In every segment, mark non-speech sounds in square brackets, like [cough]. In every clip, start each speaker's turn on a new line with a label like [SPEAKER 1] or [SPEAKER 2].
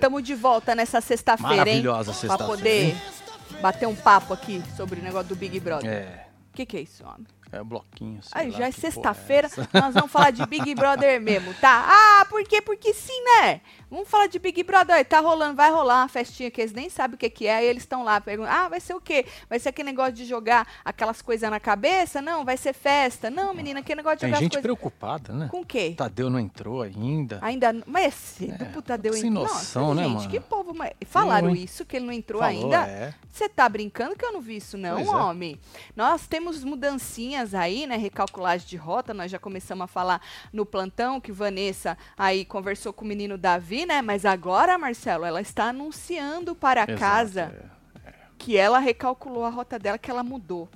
[SPEAKER 1] Tamo de volta nessa sexta-feira, hein?
[SPEAKER 2] Maravilhosa
[SPEAKER 1] Pra
[SPEAKER 2] sexta-feira.
[SPEAKER 1] poder bater um papo aqui sobre o negócio do Big Brother.
[SPEAKER 2] É,
[SPEAKER 1] O que, que é isso, homem?
[SPEAKER 2] é bloquinho. sei
[SPEAKER 1] Aí
[SPEAKER 2] lá
[SPEAKER 1] já é
[SPEAKER 2] que porra
[SPEAKER 1] sexta-feira,
[SPEAKER 2] essa.
[SPEAKER 1] nós vamos falar de Big
[SPEAKER 2] [laughs]
[SPEAKER 1] Brother mesmo, tá? Ah, por quê? Porque sim, né? Vamos falar de Big Brother, tá rolando, vai rolar uma festinha que eles nem sabem o que, que é, aí eles estão lá, perguntam, ah, vai ser o quê? Vai ser aquele negócio de jogar aquelas coisas na cabeça? Não, vai ser festa? Não, menina, aquele negócio de
[SPEAKER 2] é. Tem
[SPEAKER 1] jogar
[SPEAKER 2] gente
[SPEAKER 1] as coisas...
[SPEAKER 2] preocupada, né?
[SPEAKER 1] Com o quê?
[SPEAKER 2] Tadeu não entrou ainda.
[SPEAKER 1] Ainda não. Mas é cedo, puta, deu
[SPEAKER 2] tá sem
[SPEAKER 1] em- Nossa,
[SPEAKER 2] noção, né,
[SPEAKER 1] gente,
[SPEAKER 2] mano?
[SPEAKER 1] que povo. Mas... Falaram
[SPEAKER 2] hein?
[SPEAKER 1] isso, que ele não entrou
[SPEAKER 2] Falou,
[SPEAKER 1] ainda.
[SPEAKER 2] É.
[SPEAKER 1] Você tá brincando que eu não vi isso, não,
[SPEAKER 2] Pois é.
[SPEAKER 1] homem? Nós temos mudancinhas aí, né? Recalculagem de rota. Nós já começamos a falar no plantão que Vanessa aí conversou com o menino Davi, né? Mas agora, Marcelo, ela está anunciando para a
[SPEAKER 2] Exato,
[SPEAKER 1] casa
[SPEAKER 2] é.
[SPEAKER 1] que ela recalculou a rota dela, que ela mudou.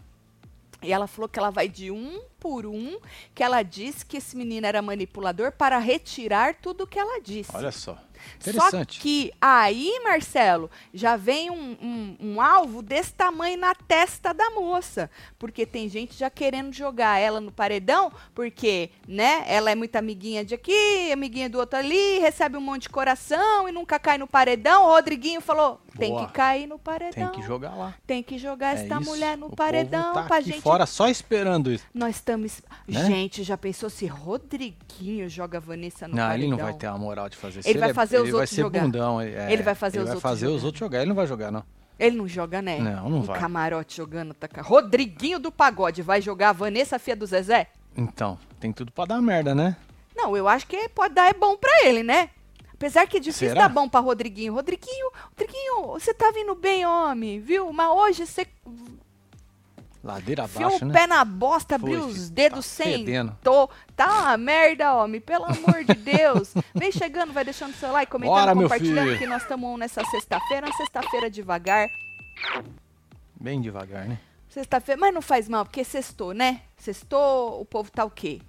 [SPEAKER 1] E ela falou que ela vai de um por um, que ela disse que esse menino era manipulador para retirar tudo que ela disse.
[SPEAKER 2] Olha só.
[SPEAKER 1] Só
[SPEAKER 2] Interessante.
[SPEAKER 1] que aí, Marcelo, já vem um, um- um alvo desse tamanho na testa da moça. Porque tem gente já querendo jogar ela no paredão, porque, né, ela é muito amiguinha de aqui, amiguinha do outro ali, recebe um monte de coração e nunca cai no paredão. O Rodriguinho falou: tem
[SPEAKER 2] Boa.
[SPEAKER 1] que cair no paredão.
[SPEAKER 2] Tem que jogar lá.
[SPEAKER 1] Tem que jogar
[SPEAKER 2] É
[SPEAKER 1] esta
[SPEAKER 2] isso.
[SPEAKER 1] mulher no
[SPEAKER 2] O povo
[SPEAKER 1] paredão
[SPEAKER 2] tá
[SPEAKER 1] pra
[SPEAKER 2] aqui
[SPEAKER 1] gente.
[SPEAKER 2] fora só esperando isso.
[SPEAKER 1] Nós estamos.
[SPEAKER 2] Né?
[SPEAKER 1] Gente, já pensou se Rodriguinho joga a Vanessa no
[SPEAKER 2] não,
[SPEAKER 1] paredão?
[SPEAKER 2] ele não vai ter a moral de fazer isso.
[SPEAKER 1] Ele vai fazer os
[SPEAKER 2] ele
[SPEAKER 1] outros
[SPEAKER 2] vai ser
[SPEAKER 1] jogar.
[SPEAKER 2] bundão. Ele, é,
[SPEAKER 1] Ele vai fazer
[SPEAKER 2] ele
[SPEAKER 1] os
[SPEAKER 2] vai
[SPEAKER 1] outros
[SPEAKER 2] fazer os
[SPEAKER 1] jogar.
[SPEAKER 2] outros jogar. Ele não vai jogar, não.
[SPEAKER 1] Ele não joga, né?
[SPEAKER 2] Não, não
[SPEAKER 1] um
[SPEAKER 2] vai.
[SPEAKER 1] camarote jogando, tá ca- Rodriguinho do Pagode vai jogar a Vanessa Fia do Zezé?
[SPEAKER 2] Então, tem tudo pra dar merda, né?
[SPEAKER 1] Não, eu acho que pode dar é bom pra ele, né? Apesar que é difícil
[SPEAKER 2] Será?
[SPEAKER 1] dar bom pra Rodriguinho. Rodriguinho, Rodriguinho, você tá vindo bem, homem, viu? Mas hoje você
[SPEAKER 2] Ladeira
[SPEAKER 1] enfiou
[SPEAKER 2] abaixo,
[SPEAKER 1] o
[SPEAKER 2] né?
[SPEAKER 1] um pé na bosta, abriu
[SPEAKER 2] Foi,
[SPEAKER 1] os
[SPEAKER 2] filho,
[SPEAKER 1] dedos
[SPEAKER 2] tá
[SPEAKER 1] sem.
[SPEAKER 2] fedendo.
[SPEAKER 1] Tô, tá uma merda, homem, pelo amor de Deus. Vem chegando, vai deixando seu like, comentando,
[SPEAKER 2] Bora, meu
[SPEAKER 1] compartilhando,
[SPEAKER 2] filho.
[SPEAKER 1] que nós estamos nessa sexta-feira, uma sexta-feira devagar.
[SPEAKER 2] Bem devagar, né?
[SPEAKER 1] Sexta-feira, mas não faz mal, porque sextou, né? Sextou, o povo tá o quê?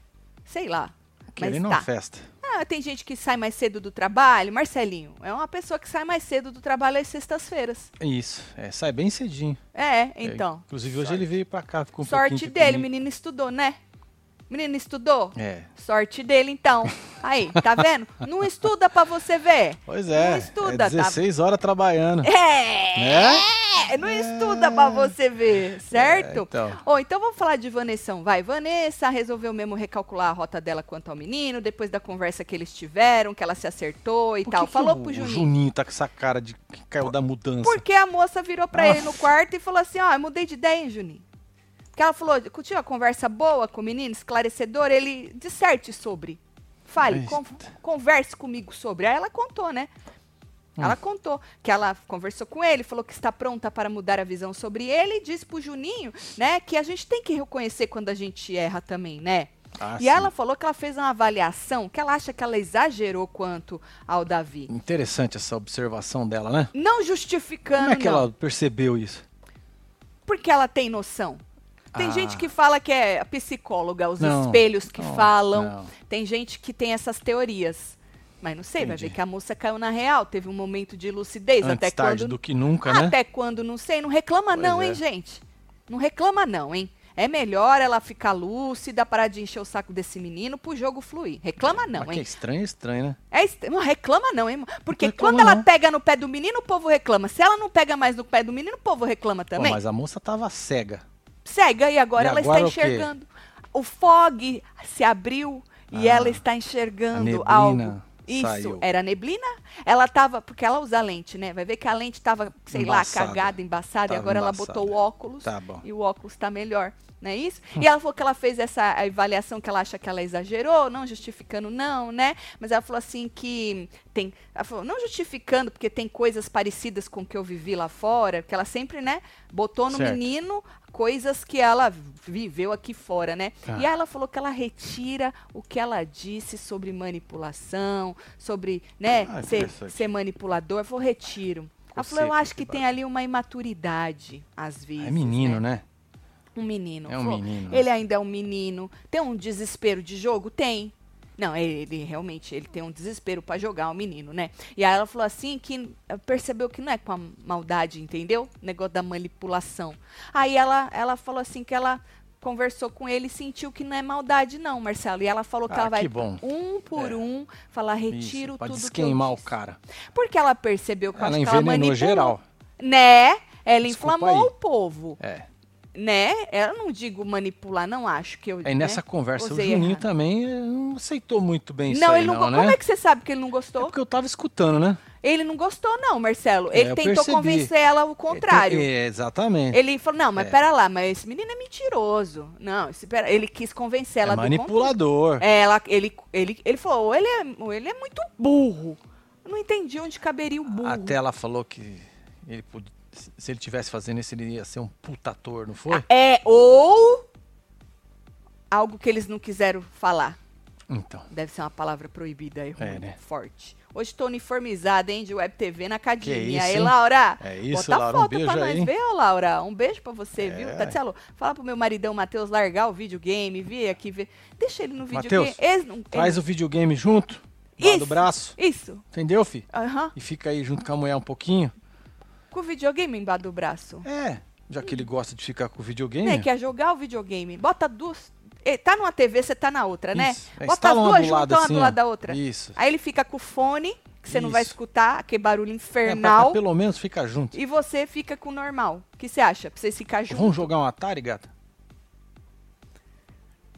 [SPEAKER 1] Sei lá.
[SPEAKER 2] Querendo
[SPEAKER 1] mas
[SPEAKER 2] uma
[SPEAKER 1] tá.
[SPEAKER 2] festa.
[SPEAKER 1] Ah, tem gente que sai mais cedo do trabalho. Marcelinho, é uma pessoa que sai mais cedo do trabalho às sextas-feiras.
[SPEAKER 2] Isso. É, sai bem cedinho.
[SPEAKER 1] É,
[SPEAKER 2] É,
[SPEAKER 1] então.
[SPEAKER 2] inclusive, hoje ele veio pra cá. Ficou um
[SPEAKER 1] Sorte
[SPEAKER 2] pouquinho de
[SPEAKER 1] dele, o
[SPEAKER 2] comigo.
[SPEAKER 1] menino estudou, né? Menino estudou?
[SPEAKER 2] É.
[SPEAKER 1] Sorte dele, então. Aí, tá vendo? Não estuda pra você ver.
[SPEAKER 2] Pois é.
[SPEAKER 1] Não estuda, tá?
[SPEAKER 2] é 16 horas trabalhando.
[SPEAKER 1] É!
[SPEAKER 2] Né?
[SPEAKER 1] É, não estuda pra você ver, certo?
[SPEAKER 2] É, então.
[SPEAKER 1] Ó, então vamos falar de Vanessão. Vai, Vanessa resolveu mesmo recalcular a rota dela quanto ao menino, depois da conversa que eles tiveram, que ela se acertou e
[SPEAKER 2] Por que
[SPEAKER 1] tal.
[SPEAKER 2] que
[SPEAKER 1] Falou
[SPEAKER 2] o,
[SPEAKER 1] pro
[SPEAKER 2] O
[SPEAKER 1] Juninho.
[SPEAKER 2] Juninho tá com essa cara de que caiu da mudança.
[SPEAKER 1] Porque a moça virou pra
[SPEAKER 2] Ah.
[SPEAKER 1] ele no quarto e falou assim: ó, eu mudei de ideia, hein, Juninho? Porque ela falou, curtiu a conversa boa com o menino, esclarecedora, ele disserte sobre. Fale,
[SPEAKER 2] Mas-
[SPEAKER 1] con- converse comigo sobre. Aí ela contou, né?
[SPEAKER 2] Hum.
[SPEAKER 1] Ela contou que ela conversou com ele, falou que está pronta para mudar a visão sobre ele e disse pro Juninho, né, que a gente tem que reconhecer quando a gente erra também, né?
[SPEAKER 2] Ah,
[SPEAKER 1] e
[SPEAKER 2] sim.
[SPEAKER 1] ela falou que ela fez uma avaliação que ela acha que ela exagerou quanto ao Davi.
[SPEAKER 2] Interessante essa observação dela, né?
[SPEAKER 1] Não justificando,
[SPEAKER 2] Como é que
[SPEAKER 1] não.
[SPEAKER 2] ela percebeu isso?
[SPEAKER 1] porque ela tem noção. Tem
[SPEAKER 2] Ah.
[SPEAKER 1] gente que fala que é a psicóloga, os
[SPEAKER 2] Não,
[SPEAKER 1] espelhos que
[SPEAKER 2] não,
[SPEAKER 1] falam.
[SPEAKER 2] não.
[SPEAKER 1] Tem gente que tem essas teorias. Mas não sei, vai
[SPEAKER 2] Entendi.
[SPEAKER 1] ver que a moça caiu na real, teve um momento de lucidez
[SPEAKER 2] Antes
[SPEAKER 1] até
[SPEAKER 2] tarde
[SPEAKER 1] quando.
[SPEAKER 2] do que nunca, né?
[SPEAKER 1] Até quando, não sei, não reclama
[SPEAKER 2] Pois
[SPEAKER 1] não,
[SPEAKER 2] é.
[SPEAKER 1] hein, gente? Não reclama não, hein? É melhor ela ficar lúcida, parar de encher o saco desse menino pro jogo fluir. Reclama não,
[SPEAKER 2] Mas que é
[SPEAKER 1] hein?
[SPEAKER 2] estranho, é estranho, né?
[SPEAKER 1] É est- não reclama não, hein? Porque
[SPEAKER 2] Não reclama,
[SPEAKER 1] quando ela
[SPEAKER 2] não.
[SPEAKER 1] pega no pé do menino, o povo reclama. Se ela não pega mais no pé do menino, o povo reclama
[SPEAKER 2] Pô,
[SPEAKER 1] também.
[SPEAKER 2] mas a moça tava cega.
[SPEAKER 1] cega e agora
[SPEAKER 2] E
[SPEAKER 1] ela
[SPEAKER 2] agora
[SPEAKER 1] está
[SPEAKER 2] o quê?
[SPEAKER 1] enxergando. O fog se abriu e
[SPEAKER 2] Ah,
[SPEAKER 1] ela está enxergando
[SPEAKER 2] a neblina
[SPEAKER 1] algo. Isso,
[SPEAKER 2] saiu.
[SPEAKER 1] era neblina. Ela tava, porque ela usa lente, né? Vai ver que a lente tava, sei
[SPEAKER 2] Embaçada.
[SPEAKER 1] lá, cagada, embaçada, e
[SPEAKER 2] Tava
[SPEAKER 1] agora
[SPEAKER 2] embaçada.
[SPEAKER 1] ela botou o óculos
[SPEAKER 2] Tá bom.
[SPEAKER 1] e o óculos tá melhor, não é isso? E ela falou que ela fez essa avaliação que ela acha que ela exagerou, não justificando não, né? Mas ela falou assim que tem, ela falou, não justificando porque tem coisas parecidas com o que eu vivi lá fora, porque ela sempre, né, botou no
[SPEAKER 2] Certo.
[SPEAKER 1] menino coisas que ela viveu aqui fora, né?
[SPEAKER 2] Ah.
[SPEAKER 1] E ela falou que ela retira o que ela disse sobre manipulação, sobre, né,
[SPEAKER 2] Ah,
[SPEAKER 1] ser,
[SPEAKER 2] interessante.
[SPEAKER 1] ser manipulador, eu vou retiro. Ela
[SPEAKER 2] Ficou
[SPEAKER 1] falou, eu
[SPEAKER 2] seco
[SPEAKER 1] acho
[SPEAKER 2] esse
[SPEAKER 1] que tem
[SPEAKER 2] bagulho.
[SPEAKER 1] ali uma imaturidade, às vezes.
[SPEAKER 2] É menino, né?
[SPEAKER 1] Um menino.
[SPEAKER 2] É um
[SPEAKER 1] Falou,
[SPEAKER 2] menino.
[SPEAKER 1] Ele ainda é um menino. Tem um desespero de jogo? Tem. Não, ele, ele realmente ele tem um desespero pra jogar, o menino, né? E aí ela falou assim que eh, percebeu que não é com a maldade, entendeu? O negócio da manipulação. Aí ela, ela falou assim que ela conversou com ele e sentiu que não é maldade, não, Marcelo. E ela falou que
[SPEAKER 2] Ah,
[SPEAKER 1] ela vai
[SPEAKER 2] que bom.
[SPEAKER 1] um por
[SPEAKER 2] É.
[SPEAKER 1] um falar retiro
[SPEAKER 2] Isso, pra
[SPEAKER 1] tudo que eu
[SPEAKER 2] desqueimar o
[SPEAKER 1] disse.
[SPEAKER 2] cara.
[SPEAKER 1] Porque ela percebeu que é eu
[SPEAKER 2] Ela
[SPEAKER 1] acho que ela
[SPEAKER 2] envenenou
[SPEAKER 1] manipulou.
[SPEAKER 2] geral.
[SPEAKER 1] Né? Ela
[SPEAKER 2] Desculpa
[SPEAKER 1] inflamou
[SPEAKER 2] aí.
[SPEAKER 1] o povo,
[SPEAKER 2] É.
[SPEAKER 1] né? Eu não digo manipular, não acho que eu.
[SPEAKER 2] Aí É, nessa conversa,
[SPEAKER 1] né? Usei
[SPEAKER 2] o Juninho
[SPEAKER 1] errado.
[SPEAKER 2] também eh, não aceitou muito bem
[SPEAKER 1] né?
[SPEAKER 2] isso
[SPEAKER 1] Não,
[SPEAKER 2] aí,
[SPEAKER 1] ele não,
[SPEAKER 2] não,
[SPEAKER 1] go-
[SPEAKER 2] né?
[SPEAKER 1] Como é que você sabe que ele não
[SPEAKER 2] É
[SPEAKER 1] gostou?
[SPEAKER 2] porque eu tava escutando, né?
[SPEAKER 1] Ele não gostou, não, Marcelo.
[SPEAKER 2] É,
[SPEAKER 1] Ele
[SPEAKER 2] eu
[SPEAKER 1] tentou
[SPEAKER 2] percebi.
[SPEAKER 1] convencer ela o contrário.
[SPEAKER 2] É, é, exatamente.
[SPEAKER 1] Ele falou, não, mas
[SPEAKER 2] É.
[SPEAKER 1] pera lá, mas esse menino é mentiroso. Não, esse pera- ele quis convencer ela
[SPEAKER 2] é
[SPEAKER 1] do contrário.
[SPEAKER 2] manipulador.
[SPEAKER 1] É, ela, ele, ele, ele falou, ou ele é, ou ele é muito burro. Eu Não entendi onde caberia o burro.
[SPEAKER 2] Até ela falou que ele pod- se se ele tivesse fazendo isso, ele ia ser um puta ator, não foi?
[SPEAKER 1] É, ou algo que eles não quiseram falar.
[SPEAKER 2] Então.
[SPEAKER 1] Deve ser uma palavra proibida aí,
[SPEAKER 2] É,
[SPEAKER 1] ruim,
[SPEAKER 2] né?
[SPEAKER 1] forte. Hoje tô uniformizada, hein, de Web TV na academia.
[SPEAKER 2] Que isso,
[SPEAKER 1] aí,
[SPEAKER 2] hein?
[SPEAKER 1] Laura,
[SPEAKER 2] É isso,
[SPEAKER 1] bota
[SPEAKER 2] Laura, um
[SPEAKER 1] foto
[SPEAKER 2] beijo
[SPEAKER 1] pra
[SPEAKER 2] aí.
[SPEAKER 1] nós ver, ó, Laura. Um beijo pra você, viu?
[SPEAKER 2] É.
[SPEAKER 1] Tatielo, fala pro meu maridão Matheus largar o videogame, vir aqui ver. Deixa ele no videogame.
[SPEAKER 2] Matheus,
[SPEAKER 1] Ele não- ele-
[SPEAKER 2] Traz o videogame junto, lá
[SPEAKER 1] Isso.
[SPEAKER 2] do braço,
[SPEAKER 1] Isso,
[SPEAKER 2] entendeu, fi?
[SPEAKER 1] aham.
[SPEAKER 2] E fica aí junto com a mulher um pouquinho.
[SPEAKER 1] Com o videogame embaixo do braço.
[SPEAKER 2] É, já que ele gosta de ficar com o videogame.
[SPEAKER 1] Né, quer jogar o videogame. Bota duas... Eh, Tá numa TV, você tá na outra, né?
[SPEAKER 2] Isso. É,
[SPEAKER 1] Bota as
[SPEAKER 2] instala uma
[SPEAKER 1] duas
[SPEAKER 2] do lado
[SPEAKER 1] juntas, uma
[SPEAKER 2] assim,
[SPEAKER 1] do
[SPEAKER 2] ó.
[SPEAKER 1] lado da outra.
[SPEAKER 2] Isso.
[SPEAKER 1] Aí ele fica com o fone, que você não vai
[SPEAKER 2] Isso.
[SPEAKER 1] escutar, aquele barulho
[SPEAKER 2] É, pra- pra
[SPEAKER 1] infernal.
[SPEAKER 2] pelo menos ficar junto.
[SPEAKER 1] E você fica com o normal. O que você acha? Pra vocês ficarem juntos?
[SPEAKER 2] Vamos jogar um Atari, gata?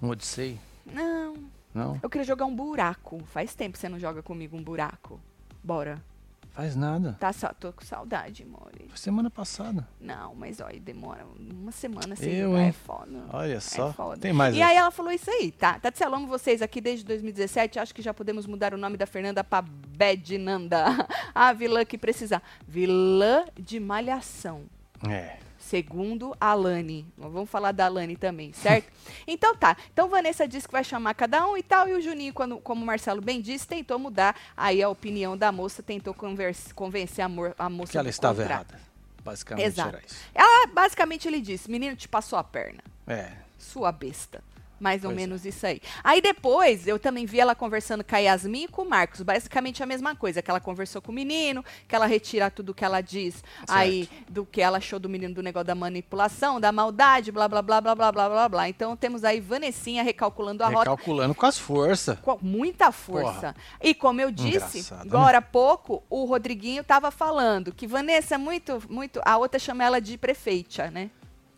[SPEAKER 2] Um Odyssey?
[SPEAKER 1] Não.
[SPEAKER 2] Não?
[SPEAKER 1] Eu queria jogar um buraco. Faz tempo que você não joga comigo um buraco. Bora.
[SPEAKER 2] Faz nada.
[SPEAKER 1] Tá, sa- tô com saudade, Mori.
[SPEAKER 2] Foi semana passada.
[SPEAKER 1] Não, mas olha, demora uma semana sem
[SPEAKER 2] Eu,
[SPEAKER 1] jogar.
[SPEAKER 2] hein? é.
[SPEAKER 1] É foda.
[SPEAKER 2] Olha só.
[SPEAKER 1] foda.
[SPEAKER 2] Tem mais
[SPEAKER 1] E aí ela falou isso aí, tá? Tá amo vocês aqui desde 2017. Acho que já podemos mudar o nome da Fernanda pra Bedinanda. [laughs] A vilã que precisar. Vilã de malhação.
[SPEAKER 2] É.
[SPEAKER 1] Segundo a Lani. Nós Vamos falar da Lani também,
[SPEAKER 2] [laughs]
[SPEAKER 1] certo? então tá. Então Vanessa disse que vai chamar cada um e tal. E o Juninho, quando, como o Marcelo bem disse, tentou mudar aí a opinião da moça, tentou convers- convencer a, mor- a moça
[SPEAKER 2] Que ela
[SPEAKER 1] do
[SPEAKER 2] estava
[SPEAKER 1] contrário.
[SPEAKER 2] errada. Basicamente
[SPEAKER 1] Exato.
[SPEAKER 2] era isso.
[SPEAKER 1] Ela, basicamente, ele disse: menino, te passou a perna.
[SPEAKER 2] É.
[SPEAKER 1] Sua besta. Mais ou
[SPEAKER 2] Pois é.
[SPEAKER 1] menos isso aí. Aí depois, eu também vi ela conversando com a Yasmin e com o Marcos. Basicamente a mesma coisa, que ela conversou com o menino, que ela retira tudo que ela diz aí do que ela achou do menino do negócio da manipulação, da maldade, blá, blá, blá, blá, blá, blá, blá, blá. Então temos aí Vanessinha recalculando a rota
[SPEAKER 2] Recalculando com as forças.
[SPEAKER 1] com muita força. E como eu disse,
[SPEAKER 2] Engraçado,
[SPEAKER 1] agora há pouco, o Rodriguinho estava falando que Vanessa é muito, muito. A outra chama ela de prefeita, né?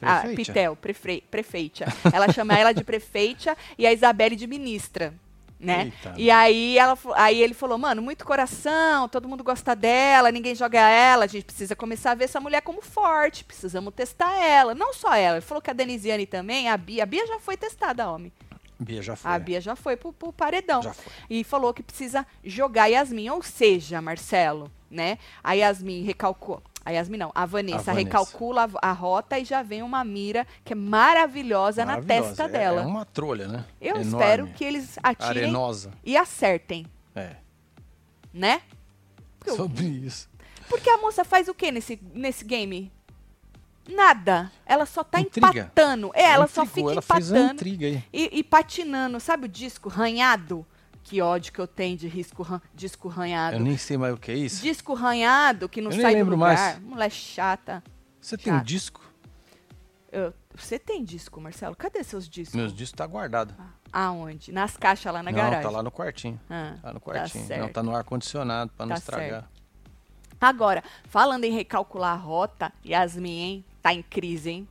[SPEAKER 1] Ah,
[SPEAKER 2] Prefeita?
[SPEAKER 1] Pitel, prefe, prefeita. Ela chama ela de prefeita e a Isabelle de ministra. Né?
[SPEAKER 2] Eita,
[SPEAKER 1] E aí, ela, fa- aí ele falou, mano, muito coração, todo mundo gosta dela, ninguém joga ela, a gente precisa começar a ver essa mulher como forte, precisamos testar ela. Não só ela, ele falou que a Denisiane também, a Bia, a Bia já foi testada, homem.
[SPEAKER 2] Bia já foi.
[SPEAKER 1] A Bia já foi pro, pro paredão.
[SPEAKER 2] É. Já foi.
[SPEAKER 1] E falou que precisa jogar Yasmin. Ou seja, Marcelo, né? A Yasmin recalcou. A Yasmin não, a Vanessa,
[SPEAKER 2] A Vanessa.
[SPEAKER 1] recalcula a v- a, rota e já vem uma mira que é maravilhosa, na
[SPEAKER 2] Maravilhosa.
[SPEAKER 1] testa
[SPEAKER 2] É-
[SPEAKER 1] dela.
[SPEAKER 2] É uma trolha, né?
[SPEAKER 1] Eu
[SPEAKER 2] Enorme,
[SPEAKER 1] espero que eles atirem
[SPEAKER 2] Arenosa.
[SPEAKER 1] e acertem,
[SPEAKER 2] É.
[SPEAKER 1] né? Porque, o-
[SPEAKER 2] Sobre isso.
[SPEAKER 1] porque a moça faz o que nesse, nesse game? Nada. Ela só tá
[SPEAKER 2] Intriga.
[SPEAKER 1] empatando. É, ela só
[SPEAKER 2] intrigou,
[SPEAKER 1] fica
[SPEAKER 2] ela fez uma
[SPEAKER 1] empatando.
[SPEAKER 2] intriga aí.
[SPEAKER 1] E, e patinando, sabe o disco ranhado? Que ódio que eu tenho de risco ran- disco ranhado.
[SPEAKER 2] Eu nem sei mais o que é isso.
[SPEAKER 1] Disco ranhado que não
[SPEAKER 2] Eu nem
[SPEAKER 1] sai
[SPEAKER 2] lembro
[SPEAKER 1] do lugar.
[SPEAKER 2] mais.
[SPEAKER 1] Mulher chata.
[SPEAKER 2] Você tem um
[SPEAKER 1] Chato.
[SPEAKER 2] disco?
[SPEAKER 1] Eu- você tem disco, Marcelo? Cadê seus discos?
[SPEAKER 2] Meus discos tá guardado.
[SPEAKER 1] Aonde? Nas caixas lá Ah, na
[SPEAKER 2] não,
[SPEAKER 1] garagem.
[SPEAKER 2] tá lá no quartinho.
[SPEAKER 1] Ah,
[SPEAKER 2] Tá no quartinho. não,
[SPEAKER 1] certo.
[SPEAKER 2] tá no ar-condicionado pra não
[SPEAKER 1] Tá
[SPEAKER 2] estragar.
[SPEAKER 1] Agora, falando em recalcular a rota, Yasmin, hein? Tá em crise, hein?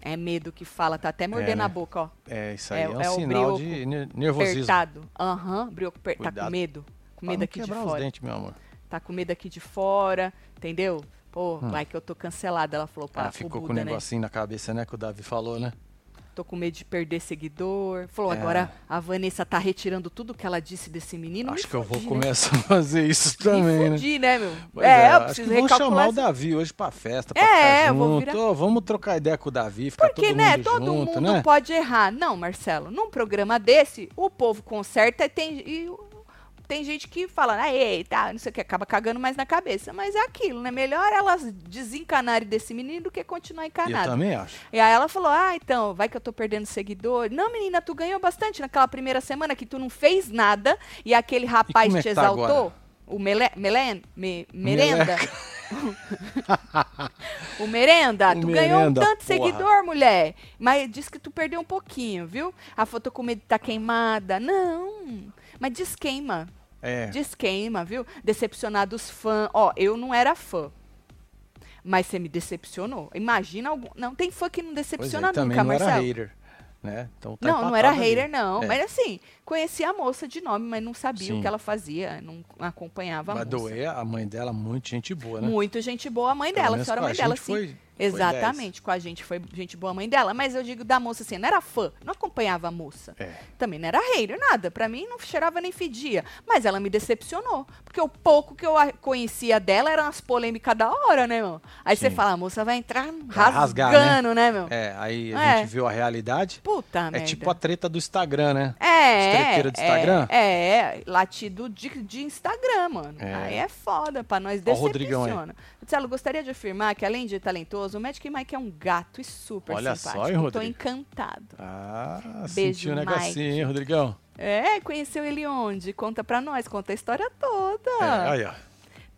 [SPEAKER 1] É medo que fala, tá até mordendo
[SPEAKER 2] né?
[SPEAKER 1] a boca, ó.
[SPEAKER 2] É, isso aí
[SPEAKER 1] É-
[SPEAKER 2] é, um
[SPEAKER 1] é o
[SPEAKER 2] sinal de
[SPEAKER 1] brioco
[SPEAKER 2] ne- nervosismo.
[SPEAKER 1] Apertado. Aham, brioco per- Tá com
[SPEAKER 2] Cuidado.
[SPEAKER 1] medo. Com
[SPEAKER 2] Pra
[SPEAKER 1] medo
[SPEAKER 2] não
[SPEAKER 1] aqui de
[SPEAKER 2] quebrar
[SPEAKER 1] fora.
[SPEAKER 2] os dentes, meu amor.
[SPEAKER 1] tá com medo aqui de fora, entendeu? Pô, vai que eu tô cancelada. Ela falou pra
[SPEAKER 2] Hum. Ela
[SPEAKER 1] pro
[SPEAKER 2] Ah, ficou com o
[SPEAKER 1] Buda, né?
[SPEAKER 2] negocinho na cabeça, né? Que o Davi falou, né?
[SPEAKER 1] Tô com medo de perder seguidor. Falou,
[SPEAKER 2] É.
[SPEAKER 1] agora a Vanessa tá retirando tudo que ela disse desse menino.
[SPEAKER 2] Acho
[SPEAKER 1] Me
[SPEAKER 2] que eu vou
[SPEAKER 1] fudi, né?
[SPEAKER 2] começar a
[SPEAKER 1] [laughs]
[SPEAKER 2] fazer isso [laughs] também,
[SPEAKER 1] Me
[SPEAKER 2] né?
[SPEAKER 1] fudi, né, meu?
[SPEAKER 2] Pois
[SPEAKER 1] é, eu
[SPEAKER 2] acho que
[SPEAKER 1] preciso
[SPEAKER 2] vou chamar
[SPEAKER 1] recalcular.
[SPEAKER 2] o
[SPEAKER 1] essa-
[SPEAKER 2] Davi hoje pra festa, pra
[SPEAKER 1] É,
[SPEAKER 2] ficar
[SPEAKER 1] eu
[SPEAKER 2] junto.
[SPEAKER 1] vou virar-
[SPEAKER 2] Ô, vamos trocar ideia com o Davi, ficar
[SPEAKER 1] Porque,
[SPEAKER 2] todo
[SPEAKER 1] né,
[SPEAKER 2] mundo
[SPEAKER 1] todo
[SPEAKER 2] junto,
[SPEAKER 1] mundo
[SPEAKER 2] né?
[SPEAKER 1] pode errar. Não, Marcelo, num programa desse, o povo conserta e tem, e o- tem gente que fala, ah, eita, não sei o que, acaba cagando mais na cabeça. Mas é aquilo, né? Melhor elas desencanarem desse menino do que continuar
[SPEAKER 2] Eu
[SPEAKER 1] encanado.
[SPEAKER 2] também acho.
[SPEAKER 1] E aí ela falou: Ah, então, vai que eu tô perdendo seguidor. Não, menina, tu ganhou bastante naquela primeira semana que tu não fez nada e aquele rapaz
[SPEAKER 2] como é
[SPEAKER 1] te
[SPEAKER 2] que tá
[SPEAKER 1] exaltou.
[SPEAKER 2] agora? [laughs]
[SPEAKER 1] O Mele, Melen, me- Merenda. O Merenda,
[SPEAKER 2] O
[SPEAKER 1] tu ganhou um
[SPEAKER 2] Merenda,
[SPEAKER 1] tanto de
[SPEAKER 2] porra.
[SPEAKER 1] seguidor, mulher. Mas diz que tu perdeu um pouquinho, viu? A foto com medo tá queimada. Não. Mas desqueima.
[SPEAKER 2] É.
[SPEAKER 1] Desqueima, viu? Decepcionado os fãs. Ó, eu não era fã. Mas você me decepcionou. Imagina algum. Não, tem fã que não
[SPEAKER 2] Pois é,
[SPEAKER 1] decepciona
[SPEAKER 2] também
[SPEAKER 1] nunca,
[SPEAKER 2] não era
[SPEAKER 1] Marcelo.
[SPEAKER 2] hater, né? Então tá
[SPEAKER 1] não, não era
[SPEAKER 2] empatado ali.
[SPEAKER 1] hater, não.
[SPEAKER 2] É.
[SPEAKER 1] Mas assim, conhecia a moça de nome, mas não sabia o
[SPEAKER 2] Sim.
[SPEAKER 1] que ela fazia, não acompanhava
[SPEAKER 2] Mas
[SPEAKER 1] a moça.
[SPEAKER 2] doer a mãe dela, muito gente boa, né?
[SPEAKER 1] Muito gente boa, a mãe
[SPEAKER 2] Pelo
[SPEAKER 1] dela, a
[SPEAKER 2] menos
[SPEAKER 1] senhora
[SPEAKER 2] com a
[SPEAKER 1] mãe dela,
[SPEAKER 2] gente
[SPEAKER 1] sim.
[SPEAKER 2] foi- foi
[SPEAKER 1] Exatamente, com a gente foi gente boa a mãe dela, mas eu digo da moça assim, não era fã, não acompanhava a moça.
[SPEAKER 2] É.
[SPEAKER 1] Também não era hater, nada, pra mim não cheirava nem fedia, mas ela me decepcionou, porque o pouco que eu a- conhecia dela eram as polêmicas da hora, né, meu? Aí você
[SPEAKER 2] Sim.
[SPEAKER 1] fala, a moça vai entrar
[SPEAKER 2] rasgar,
[SPEAKER 1] rasgando, né? meu?
[SPEAKER 2] É, aí a
[SPEAKER 1] É.
[SPEAKER 2] gente viu a realidade.
[SPEAKER 1] Puta
[SPEAKER 2] é
[SPEAKER 1] merda.
[SPEAKER 2] tipo a treta do Instagram, né?
[SPEAKER 1] É,
[SPEAKER 2] Estrepeira do
[SPEAKER 1] é,
[SPEAKER 2] Instagram?
[SPEAKER 1] É, é, latido de, de Instagram, mano.
[SPEAKER 2] É.
[SPEAKER 1] Aí é foda, pra nós
[SPEAKER 2] Ó o Rodrigão aí.
[SPEAKER 1] decepciona. Marcelo, gostaria de afirmar que além de talentoso, o Magic Mike é um gato e super
[SPEAKER 2] Olha só,
[SPEAKER 1] simpático.
[SPEAKER 2] hein,
[SPEAKER 1] Tô
[SPEAKER 2] Rodrigo?
[SPEAKER 1] encantado.
[SPEAKER 2] Ah,
[SPEAKER 1] Beijo,
[SPEAKER 2] sentiu o negocinho, hein, Rodrigão?
[SPEAKER 1] É, conheceu ele onde? Conta pra nós, conta a história toda.
[SPEAKER 2] É, aí, ó.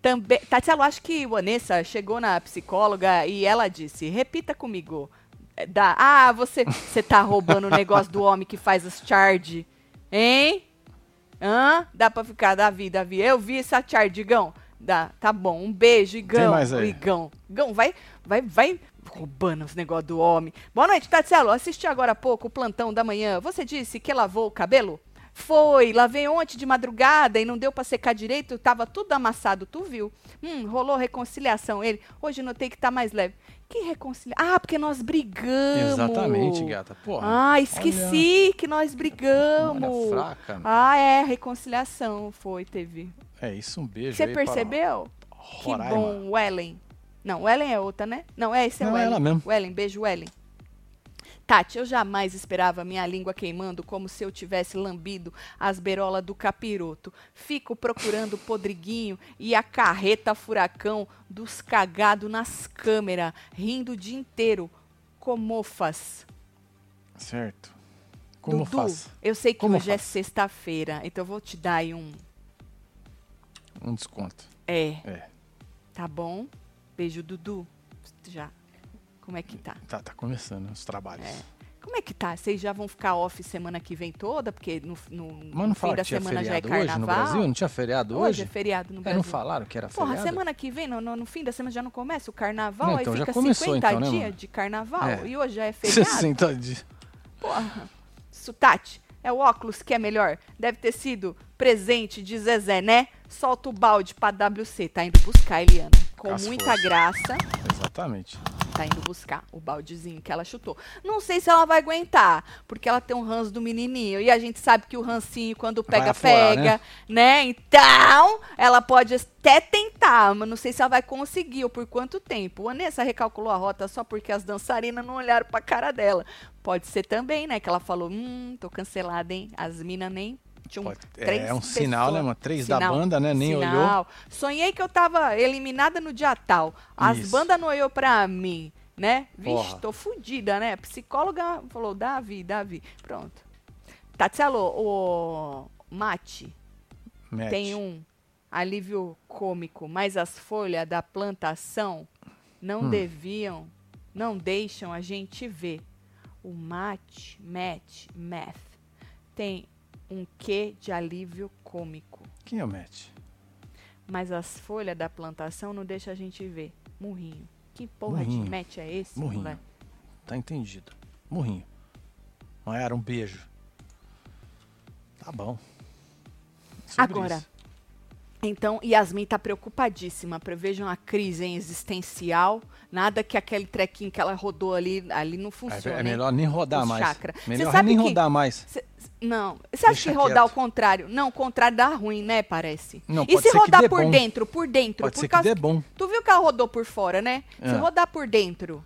[SPEAKER 1] Também, Tatielo, acho que o Vanessa chegou na psicóloga e ela disse: repita comigo. É, Da, ah, você, você tá roubando o negócio do homem que faz os charge. Hein? Hã? Dá pra ficar, Davi, Davi. Eu vi essa charge, Igão. Dá, tá bom, um beijo, Igão.
[SPEAKER 2] mais aí?
[SPEAKER 1] Igão. Igão, vai, vai, vai roubando os negócios do homem. Boa noite, Tatielo. Assisti agora há pouco o plantão da manhã. Você disse que lavou o cabelo? Foi, lavei ontem de madrugada e não deu pra secar direito, tava tudo amassado, tu viu? Hum, rolou reconciliação. Ele, hoje notei que tá mais leve. Que reconciliação? Ah, porque nós brigamos.
[SPEAKER 2] Exatamente, gata. Porra,
[SPEAKER 1] Ah, esqueci que nós
[SPEAKER 2] memória
[SPEAKER 1] brigamos.
[SPEAKER 2] fraca.
[SPEAKER 1] Ah, é, reconciliação foi, teve.
[SPEAKER 2] É isso, um beijo
[SPEAKER 1] Você
[SPEAKER 2] aí pra
[SPEAKER 1] percebeu?
[SPEAKER 2] Roraima.
[SPEAKER 1] Que bom, Wellen. Não, Wellen é outra, né? Não, é esse é
[SPEAKER 2] Não,
[SPEAKER 1] o
[SPEAKER 2] é
[SPEAKER 1] Wellen.
[SPEAKER 2] ela mesmo.
[SPEAKER 1] Wellen, beijo, Wellen. Tati, eu jamais esperava minha língua queimando como se eu tivesse lambido as berolas do capiroto. Fico procurando o podriguinho e a carreta furacão dos cagados nas câmeras, rindo o dia inteiro. Comofas.
[SPEAKER 2] Certo. Como
[SPEAKER 1] Dudu,
[SPEAKER 2] faz?
[SPEAKER 1] eu sei que
[SPEAKER 2] Como
[SPEAKER 1] hoje é
[SPEAKER 2] faz?
[SPEAKER 1] sexta-feira, então eu vou te dar aí um...
[SPEAKER 2] Um desconto.
[SPEAKER 1] É,
[SPEAKER 2] É.
[SPEAKER 1] tá bom? Beijo, Dudu. Já. Como é que tá?
[SPEAKER 2] Tá, tá começando os trabalhos.
[SPEAKER 1] Como é que tá? Vocês já vão ficar off semana que vem toda? Porque no, no,
[SPEAKER 2] Mas
[SPEAKER 1] no
[SPEAKER 2] não
[SPEAKER 1] fim
[SPEAKER 2] falaram
[SPEAKER 1] da
[SPEAKER 2] que tinha
[SPEAKER 1] semana já é
[SPEAKER 2] feriado
[SPEAKER 1] carnaval.
[SPEAKER 2] hoje no Brasil? Não tinha feriado
[SPEAKER 1] Hoje
[SPEAKER 2] hoje?
[SPEAKER 1] é feriado no
[SPEAKER 2] É,
[SPEAKER 1] Brasil.
[SPEAKER 2] não falaram que era
[SPEAKER 1] Porra,
[SPEAKER 2] feriado?
[SPEAKER 1] semana que vem, no, no- no fim da semana já não começa o carnaval?
[SPEAKER 2] Não,
[SPEAKER 1] aí
[SPEAKER 2] então já
[SPEAKER 1] fica
[SPEAKER 2] começou
[SPEAKER 1] 50
[SPEAKER 2] então, né,
[SPEAKER 1] dias
[SPEAKER 2] mano?
[SPEAKER 1] de carnaval
[SPEAKER 2] É.
[SPEAKER 1] e
[SPEAKER 2] [laughs]
[SPEAKER 1] hoje já é feriado.
[SPEAKER 2] 60 dias.
[SPEAKER 1] Porra. Sutati, é o óculos que é melhor. Deve ter sido presente de Zezé, né? Solta o balde pra WC. Tá indo buscar, Eliana. Com
[SPEAKER 2] As
[SPEAKER 1] muita
[SPEAKER 2] forças.
[SPEAKER 1] graça.
[SPEAKER 2] Exatamente.
[SPEAKER 1] tá indo buscar o baldezinho que ela chutou. Não sei se ela vai aguentar, porque ela tem um ranço do menininho. E a gente sabe que o rancinho, quando
[SPEAKER 2] Vai
[SPEAKER 1] pega,
[SPEAKER 2] aflorar,
[SPEAKER 1] pega, né? Então, ela pode até tentar, mas não sei se ela vai conseguir ou por quanto tempo. A Anessa recalculou a rota só porque as dançarinas não olharam pra cara dela. Pode ser também, né? Que ela falou, hum, tô cancelada, hein? As minas nem... Tinha um,
[SPEAKER 2] Pode-
[SPEAKER 1] três
[SPEAKER 2] é um sinal,
[SPEAKER 1] pessoas-
[SPEAKER 2] né, mano? Três da
[SPEAKER 1] Sinal.
[SPEAKER 2] banda, né? Nem olhou.
[SPEAKER 1] Sinal. Sonhei que eu tava eliminada no dia tal. As
[SPEAKER 2] Isso.
[SPEAKER 1] bandas não olhou pra mim, né? Vixe,
[SPEAKER 2] Porra.
[SPEAKER 1] tô fudida, né? Psicóloga falou, Davi, Davi. Pronto. Tatielo, o mate
[SPEAKER 2] Mete.
[SPEAKER 1] tem um alívio cômico, mas as folhas da plantação não
[SPEAKER 2] Hum.
[SPEAKER 1] deviam, não deixam a gente ver. O mate, match, math, tem um quê de alívio cômico
[SPEAKER 2] Quem é o Matt?
[SPEAKER 1] mas as folhas da plantação não deixa a gente ver. Murrinho. Que porra de
[SPEAKER 2] Murrinho.
[SPEAKER 1] match é esse,
[SPEAKER 2] Murrinho.
[SPEAKER 1] moleque?
[SPEAKER 2] Tá entendido. Murrinho. Maiara, um beijo. Tá bom. Sobre
[SPEAKER 1] Agora.
[SPEAKER 2] isso.
[SPEAKER 1] Então, Yasmin tá preocupadíssima. Prevejam a crise hein, existencial. Nada que aquele trequinho que ela rodou ali, ali não
[SPEAKER 2] É,
[SPEAKER 1] funciona.
[SPEAKER 2] é
[SPEAKER 1] hein?
[SPEAKER 2] melhor nem rodar
[SPEAKER 1] Os
[SPEAKER 2] mais.
[SPEAKER 1] chakra. Você
[SPEAKER 2] Melhor
[SPEAKER 1] sabe
[SPEAKER 2] nem
[SPEAKER 1] que-
[SPEAKER 2] rodar mais.
[SPEAKER 1] Cê- não. Você acha
[SPEAKER 2] Deixa
[SPEAKER 1] que rodar
[SPEAKER 2] quieto.
[SPEAKER 1] o contrário? Não, o contrário dá ruim, né? Parece.
[SPEAKER 2] Não,
[SPEAKER 1] e
[SPEAKER 2] pode
[SPEAKER 1] se
[SPEAKER 2] ser que
[SPEAKER 1] rodar
[SPEAKER 2] dê
[SPEAKER 1] por
[SPEAKER 2] bom.
[SPEAKER 1] dentro, por dentro,
[SPEAKER 2] Pode
[SPEAKER 1] por
[SPEAKER 2] ser que
[SPEAKER 1] causa.
[SPEAKER 2] dê bom.
[SPEAKER 1] Tu viu que ela rodou por fora, né? Se
[SPEAKER 2] É.
[SPEAKER 1] rodar por dentro,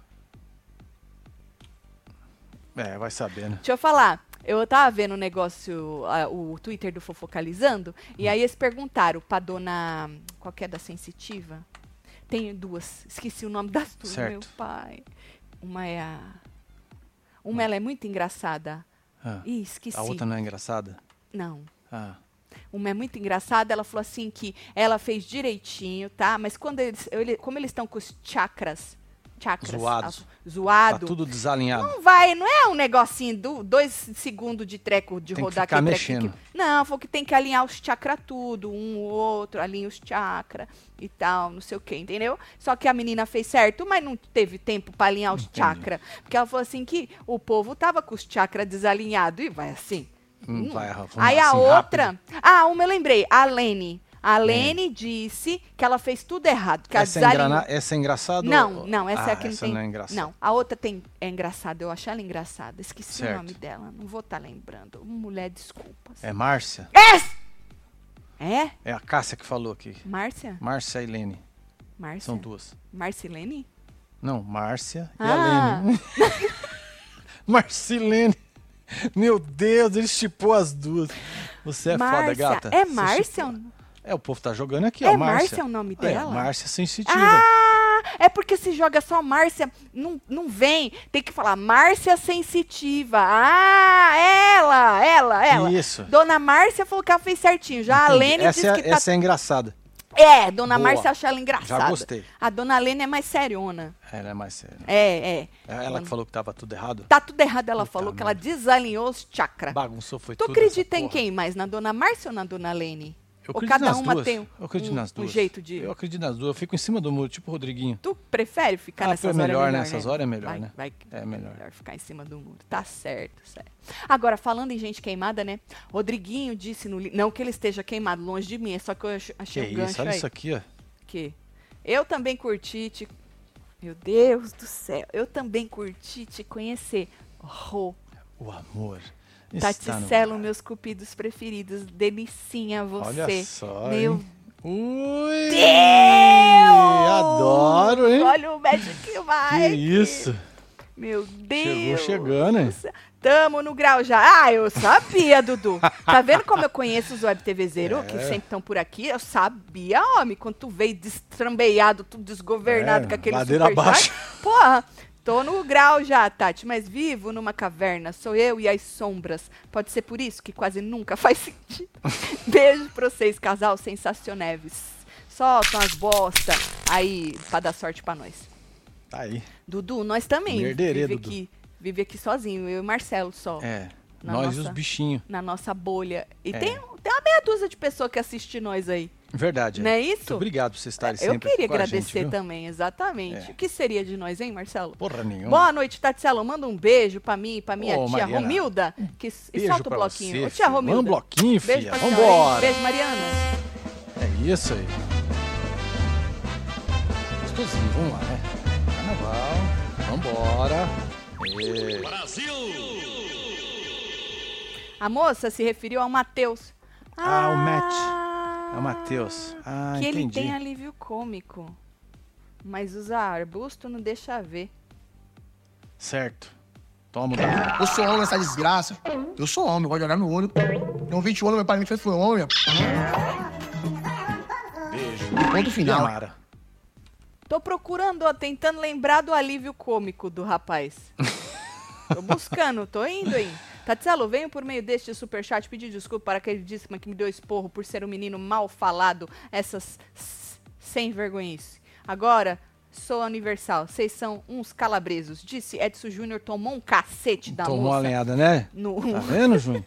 [SPEAKER 2] É, vai saber, né?
[SPEAKER 1] Deixa eu falar. Eu tava vendo o negócio, ah, o Twitter do Fofocalizando, e aí eles perguntaram pra dona. Qual que é da sensitiva? Tem duas. Esqueci o nome das duas, meu
[SPEAKER 2] Certo.
[SPEAKER 1] pai. Uma é a. Uma ela é muito engraçada.
[SPEAKER 2] Ah,
[SPEAKER 1] Ih, esqueci.
[SPEAKER 2] a outra não é engraçada?
[SPEAKER 1] Não.
[SPEAKER 2] Ah,
[SPEAKER 1] Uma é muito engraçada, ela falou assim que ela fez direitinho, tá? Mas quando eles, ele- como eles estão com os chakras, chakras
[SPEAKER 2] Zoados.
[SPEAKER 1] ah,
[SPEAKER 2] Tá
[SPEAKER 1] zoado,
[SPEAKER 2] tudo desalinhado.
[SPEAKER 1] não vai, não é um negocinho do dois segundos de treco de
[SPEAKER 2] Tem que
[SPEAKER 1] rodar
[SPEAKER 2] ficar
[SPEAKER 1] aqui, treco
[SPEAKER 2] mexendo.
[SPEAKER 1] aqui. Não, foi que tem que alinhar os chakra tudo, um o outro, alinha os chakra e tal, não sei o que, entendeu? Só que a menina fez certo, mas não teve tempo pra alinhar os
[SPEAKER 2] Entendi.
[SPEAKER 1] chakra, porque ela falou assim que o povo tava com os chakra desalinhado e vai assim.
[SPEAKER 2] Não
[SPEAKER 1] Hum.
[SPEAKER 2] vai arrumar
[SPEAKER 1] Aí a
[SPEAKER 2] assim
[SPEAKER 1] outra.
[SPEAKER 2] rápido.
[SPEAKER 1] Ah, uma eu lembrei. A Lene. A Lene disse que ela fez tudo errado. Que a
[SPEAKER 2] Essa é,
[SPEAKER 1] desalinhou.
[SPEAKER 2] engrana... essa é engraçada?
[SPEAKER 1] Não,
[SPEAKER 2] ou-
[SPEAKER 1] não, essa
[SPEAKER 2] Ah,
[SPEAKER 1] é a que não
[SPEAKER 2] essa
[SPEAKER 1] tem.
[SPEAKER 2] não é engraçada.
[SPEAKER 1] Não, a outra tem é engraçada, eu acho ela engraçada. Esqueci
[SPEAKER 2] Certo.
[SPEAKER 1] o nome dela, não vou estar lembrando. Mulher, desculpas.
[SPEAKER 2] É Márcia?
[SPEAKER 1] É?
[SPEAKER 2] É a Cássia que falou aqui.
[SPEAKER 1] Márcia?
[SPEAKER 2] Márcia e Lene.
[SPEAKER 1] Márcia?
[SPEAKER 2] São duas.
[SPEAKER 1] Marcilene?
[SPEAKER 2] Não, Márcia e
[SPEAKER 1] Ah.
[SPEAKER 2] a Lene. Marcilene. [laughs] Meu Deus, ele chipou as duas. Você é
[SPEAKER 1] Márcia.
[SPEAKER 2] foda, gata.
[SPEAKER 1] É
[SPEAKER 2] Você
[SPEAKER 1] Márcia?
[SPEAKER 2] chipou- É, o povo tá jogando aqui,
[SPEAKER 1] é
[SPEAKER 2] ó. Márcia.
[SPEAKER 1] Márcia o nome
[SPEAKER 2] É,
[SPEAKER 1] dela?
[SPEAKER 2] Márcia sensitiva.
[SPEAKER 1] ah, é porque se joga só Márcia, não, não vem. Tem que falar Márcia Sensitiva. Ah, ela, ela, ela.
[SPEAKER 2] Isso.
[SPEAKER 1] Dona Márcia falou que ela fez certinho. Já a
[SPEAKER 2] Entendi.
[SPEAKER 1] Lene
[SPEAKER 2] essa
[SPEAKER 1] disse
[SPEAKER 2] é,
[SPEAKER 1] que tá
[SPEAKER 2] essa é engraçada.
[SPEAKER 1] É, Dona
[SPEAKER 2] Boa.
[SPEAKER 1] Márcia acha ela engraçada.
[SPEAKER 2] Já gostei.
[SPEAKER 1] A Dona Lene é mais seriona.
[SPEAKER 2] Ela é mais séria.
[SPEAKER 1] É, é.
[SPEAKER 2] É Ela que falou que tava tudo errado?
[SPEAKER 1] Tá tudo errado, ela
[SPEAKER 2] Puta
[SPEAKER 1] falou que ela desalinhou os chakras.
[SPEAKER 2] Bagunçou, foi
[SPEAKER 1] Tá. Tu
[SPEAKER 2] tudo. essa
[SPEAKER 1] acredita em
[SPEAKER 2] porra.
[SPEAKER 1] quem mais? Na Dona Márcia ou na Dona Lene?
[SPEAKER 2] Eu
[SPEAKER 1] ou
[SPEAKER 2] acredito
[SPEAKER 1] cada
[SPEAKER 2] nas
[SPEAKER 1] uma
[SPEAKER 2] duas.
[SPEAKER 1] tem um,
[SPEAKER 2] Eu acredito
[SPEAKER 1] um-
[SPEAKER 2] nas
[SPEAKER 1] um
[SPEAKER 2] duas.
[SPEAKER 1] jeito de...
[SPEAKER 2] Eu acredito nas duas. Eu fico em cima do muro, tipo o Rodriguinho.
[SPEAKER 1] Tu prefere ficar
[SPEAKER 2] Ah,
[SPEAKER 1] nessas
[SPEAKER 2] foi melhor,
[SPEAKER 1] horas?
[SPEAKER 2] né? Essas horas é melhor,
[SPEAKER 1] vai,
[SPEAKER 2] né?
[SPEAKER 1] Vai,
[SPEAKER 2] É melhor.
[SPEAKER 1] ficar em cima do muro. Tá certo, certo. Agora, falando em gente queimada, né? Rodriguinho disse no... li- Não que ele esteja queimado, longe de mim, é só que eu ach-
[SPEAKER 2] Que
[SPEAKER 1] achei um gancho
[SPEAKER 2] isso, olha
[SPEAKER 1] aí.
[SPEAKER 2] isso aqui, ó.
[SPEAKER 1] que eu também curti te... Meu Deus do céu, eu também curti te conhecer. Rô,
[SPEAKER 2] O amor.
[SPEAKER 1] Tá
[SPEAKER 2] está no
[SPEAKER 1] Taticelo,
[SPEAKER 2] ar.
[SPEAKER 1] meus cupidos preferidos, delicinha você.
[SPEAKER 2] Olha só.
[SPEAKER 1] Meu
[SPEAKER 2] hein? Ui!
[SPEAKER 1] Deus!
[SPEAKER 2] Adoro, hein?
[SPEAKER 1] Olha o médico que
[SPEAKER 2] que
[SPEAKER 1] vai.
[SPEAKER 2] isso.
[SPEAKER 1] Meu
[SPEAKER 2] Chegou
[SPEAKER 1] Deus.
[SPEAKER 2] chegando, hein?
[SPEAKER 1] Tamo no grau já. Ah, eu sabia, Dudu. Tá vendo como eu conheço os Web TV Zero, que
[SPEAKER 2] É.
[SPEAKER 1] sempre estão por aqui? Eu sabia, homem, quando tu veio destrambeiado, tudo desgovernado
[SPEAKER 2] É,
[SPEAKER 1] com aquele
[SPEAKER 2] ladeira
[SPEAKER 1] superchat.
[SPEAKER 2] abaixo.
[SPEAKER 1] Porra, tô no grau já, Tati, mas vivo numa caverna, sou eu e as sombras. Pode ser por isso que quase nunca [laughs] faz sentido. Beijo pra vocês, casal sensacioneves. Soltam as bosta aí pra dar sorte pra nós.
[SPEAKER 2] [laughs] Tá aí.
[SPEAKER 1] Dudu, nós também.
[SPEAKER 2] Merderê,
[SPEAKER 1] vive
[SPEAKER 2] Dudu.
[SPEAKER 1] aqui, vive aqui sozinho, eu e o Marcelo só.
[SPEAKER 2] É.
[SPEAKER 1] Na
[SPEAKER 2] nós e
[SPEAKER 1] nossa-
[SPEAKER 2] os bichinhos.
[SPEAKER 1] Na nossa bolha. E
[SPEAKER 2] É.
[SPEAKER 1] tem, tem uma meia dúzia de pessoas que assiste nós aí.
[SPEAKER 2] Verdade.
[SPEAKER 1] Não é
[SPEAKER 2] Muito
[SPEAKER 1] isso?
[SPEAKER 2] obrigado por vocês estarem sempre
[SPEAKER 1] Eu
[SPEAKER 2] aqui
[SPEAKER 1] queria
[SPEAKER 2] com a gente,
[SPEAKER 1] agradecer
[SPEAKER 2] viu? É.
[SPEAKER 1] também, exatamente. O que seria de nós, hein, Marcelo?
[SPEAKER 2] Porra nenhuma.
[SPEAKER 1] Boa noite, Tatielo. Manda um beijo pra mim, e pra minha
[SPEAKER 2] Ô,
[SPEAKER 1] tia
[SPEAKER 2] Mariana,
[SPEAKER 1] Romilda. Que, e
[SPEAKER 2] Beijo
[SPEAKER 1] solta o
[SPEAKER 2] pra
[SPEAKER 1] bloquinho.
[SPEAKER 2] você,
[SPEAKER 1] Ô, tia
[SPEAKER 2] filha. Manda
[SPEAKER 1] Romilda.
[SPEAKER 2] um bloquinho,
[SPEAKER 1] Beijo
[SPEAKER 2] filha.
[SPEAKER 1] pra senhora, hein?
[SPEAKER 2] Vambora.
[SPEAKER 1] Beijo, Mariana.
[SPEAKER 2] É isso aí. Gostosinho, vamos lá, né? Carnaval, vambora. Ê,
[SPEAKER 1] A moça se referiu ao Matheus.
[SPEAKER 2] Ah, o Matt.
[SPEAKER 1] Ah,
[SPEAKER 2] É o Matheus. Ah,
[SPEAKER 1] que ele
[SPEAKER 2] entendi.
[SPEAKER 1] tem alívio cômico. Mas usar arbusto não deixa ver.
[SPEAKER 2] Certo. Toma. um Davi.
[SPEAKER 3] Eu sou homem, essa desgraça. Eu sou homem, eu gosto de olhar no olho. Não 20 anos, meu pai me fez foi um homem. Beijo. Ponto final.
[SPEAKER 2] Mara.
[SPEAKER 1] Tô procurando, ó, tentando lembrar do alívio cômico do rapaz.
[SPEAKER 2] [laughs]
[SPEAKER 1] tô buscando, tô indo aí. Tatselo, venho por meio deste superchat pedir desculpa para aquele dízimo que me deu esporro por ser um menino mal falado, essas s- sem vergonhice. Agora, sou universal, vocês são uns calabresos. Disse Edson Júnior, tomou um cacete da
[SPEAKER 2] Tomou a
[SPEAKER 1] moça.
[SPEAKER 2] lenhada, né?
[SPEAKER 1] No, um
[SPEAKER 2] Tá vendo, Júnior?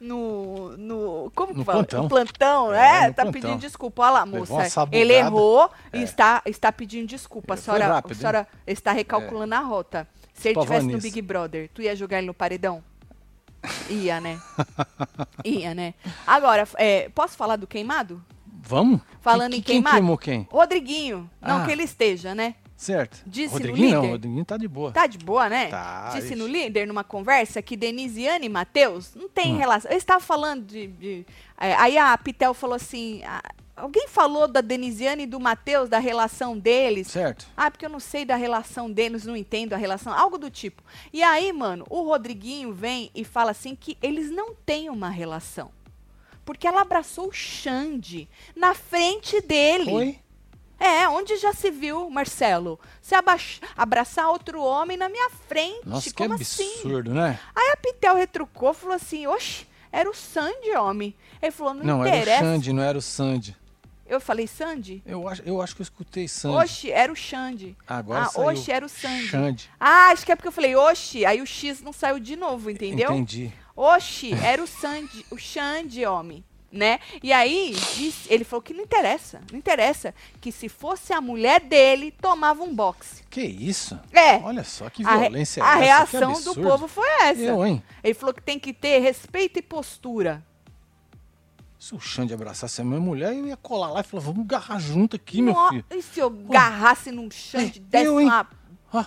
[SPEAKER 1] no, no, como que
[SPEAKER 2] No
[SPEAKER 1] fala?
[SPEAKER 2] plantão.
[SPEAKER 1] No plantão,
[SPEAKER 2] É,
[SPEAKER 1] né?
[SPEAKER 2] no
[SPEAKER 1] tá
[SPEAKER 2] plantão.
[SPEAKER 1] pedindo desculpa. Olha lá,
[SPEAKER 2] Levou
[SPEAKER 1] moça. é.
[SPEAKER 2] uma sabugada.
[SPEAKER 1] Ele errou e
[SPEAKER 2] É.
[SPEAKER 1] está, está pedindo desculpa. A
[SPEAKER 2] Ele foi
[SPEAKER 1] senhora,
[SPEAKER 2] rápido, É.
[SPEAKER 1] a senhora está recalculando a rota. Se ele
[SPEAKER 2] Tipo a
[SPEAKER 1] estivesse no
[SPEAKER 2] Vanessa.
[SPEAKER 1] Big Brother, tu ia jogar ele no
[SPEAKER 2] [laughs]
[SPEAKER 1] paredão? Ia, né? Ia, né? Agora, é, posso falar do queimado?
[SPEAKER 2] Vamos?
[SPEAKER 1] Falando
[SPEAKER 2] Quem-
[SPEAKER 1] em
[SPEAKER 2] quem
[SPEAKER 1] queimado.
[SPEAKER 2] queimou quem?
[SPEAKER 1] Rodriguinho, não
[SPEAKER 2] Ah.
[SPEAKER 1] que ele esteja, né?
[SPEAKER 2] Certo.
[SPEAKER 1] Disse no
[SPEAKER 2] Rodriguinho não,
[SPEAKER 1] líder.
[SPEAKER 2] Rodriguinho tá de boa.
[SPEAKER 1] Tá de boa, né?
[SPEAKER 2] Tá,
[SPEAKER 1] Disse
[SPEAKER 2] ixi.
[SPEAKER 1] no líder, numa conversa, que Denisiane e Matheus não tem relação. Eu estava falando de. de- é, aí a Pitel falou assim. "Ah, alguém falou da Denisiane e do Matheus, da relação deles.
[SPEAKER 2] Certo.
[SPEAKER 1] Ah, porque eu não sei da relação deles, não entendo a relação, algo do tipo. E aí, mano, o Rodriguinho vem e fala assim que eles não têm uma relação. Porque ela abraçou o Xande na frente dele.
[SPEAKER 2] Oi?
[SPEAKER 1] É, onde já se viu, Marcelo? Se abaix- abraçar outro homem na minha frente.
[SPEAKER 2] Nossa, que
[SPEAKER 1] como assim?
[SPEAKER 2] absurdo, né?
[SPEAKER 1] Aí a Pitel retrucou, falou assim: Oxe, Era o Sandy, homem. Ele falou, não,
[SPEAKER 2] Não, era o
[SPEAKER 1] interessa.
[SPEAKER 2] Xande, não era o Sandy.
[SPEAKER 1] Eu falei, Sandy?
[SPEAKER 2] Eu acho, eu acho que eu escutei Sandy.
[SPEAKER 1] Oxi, era o Xande.
[SPEAKER 2] Ah, agora
[SPEAKER 1] ah,
[SPEAKER 2] saiu.
[SPEAKER 1] oxe, era o Sandy.
[SPEAKER 2] Xande.
[SPEAKER 1] Ah, acho que é porque eu falei, oxi, aí o X não saiu de novo, entendeu?
[SPEAKER 2] Entendi.
[SPEAKER 1] Oxi, era o Sandy, o Xande, homem, né? E aí, disse- ele falou que não interessa, não interessa, que se fosse a mulher dele, tomava um boxe.
[SPEAKER 2] Que isso?
[SPEAKER 1] É,
[SPEAKER 2] Olha só que
[SPEAKER 1] a, re-
[SPEAKER 2] violência
[SPEAKER 1] a
[SPEAKER 2] é essa, que
[SPEAKER 1] reação do
[SPEAKER 2] absurdo.
[SPEAKER 1] povo foi essa.
[SPEAKER 2] Eu, hein?
[SPEAKER 1] Ele falou que tem que ter respeito e postura.
[SPEAKER 2] Se o Xande abraçasse a minha mulher, eu ia colar lá e falar, vamos agarrar junto aqui, meu
[SPEAKER 1] Nó-
[SPEAKER 2] filho.
[SPEAKER 1] E se eu agarrasse num Xande,
[SPEAKER 2] eu,
[SPEAKER 1] desse
[SPEAKER 2] hein?
[SPEAKER 1] uma...
[SPEAKER 2] Ah,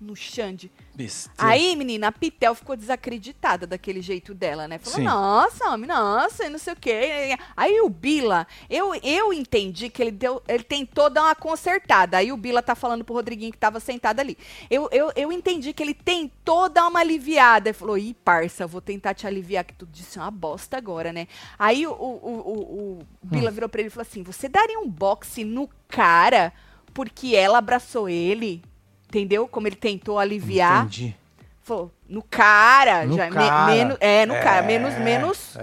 [SPEAKER 1] No Xande.
[SPEAKER 2] besteira.
[SPEAKER 1] Aí, menina, a Pitel ficou desacreditada daquele jeito dela, né? Falou,
[SPEAKER 2] Sim.
[SPEAKER 1] nossa, homem, nossa, e não sei o quê. Aí o Bila, eu, eu entendi que ele deu, ele tentou dar uma consertada. Aí o Bila tá falando pro Rodriguinho que tava sentado ali. Eu, eu, eu entendi que ele tentou dar uma aliviada. Ele falou, ih, parça, vou tentar te aliviar, que tu disse uma bosta agora, né? Aí o, o, o, o Bila virou pra ele e falou assim, você daria um boxe no cara porque ela abraçou ele? Entendeu? Como ele tentou aliviar.
[SPEAKER 2] Entendi.
[SPEAKER 1] Falou, no cara,
[SPEAKER 2] No
[SPEAKER 1] já me-
[SPEAKER 2] cara. é,
[SPEAKER 1] menos, é, no cara, menos menos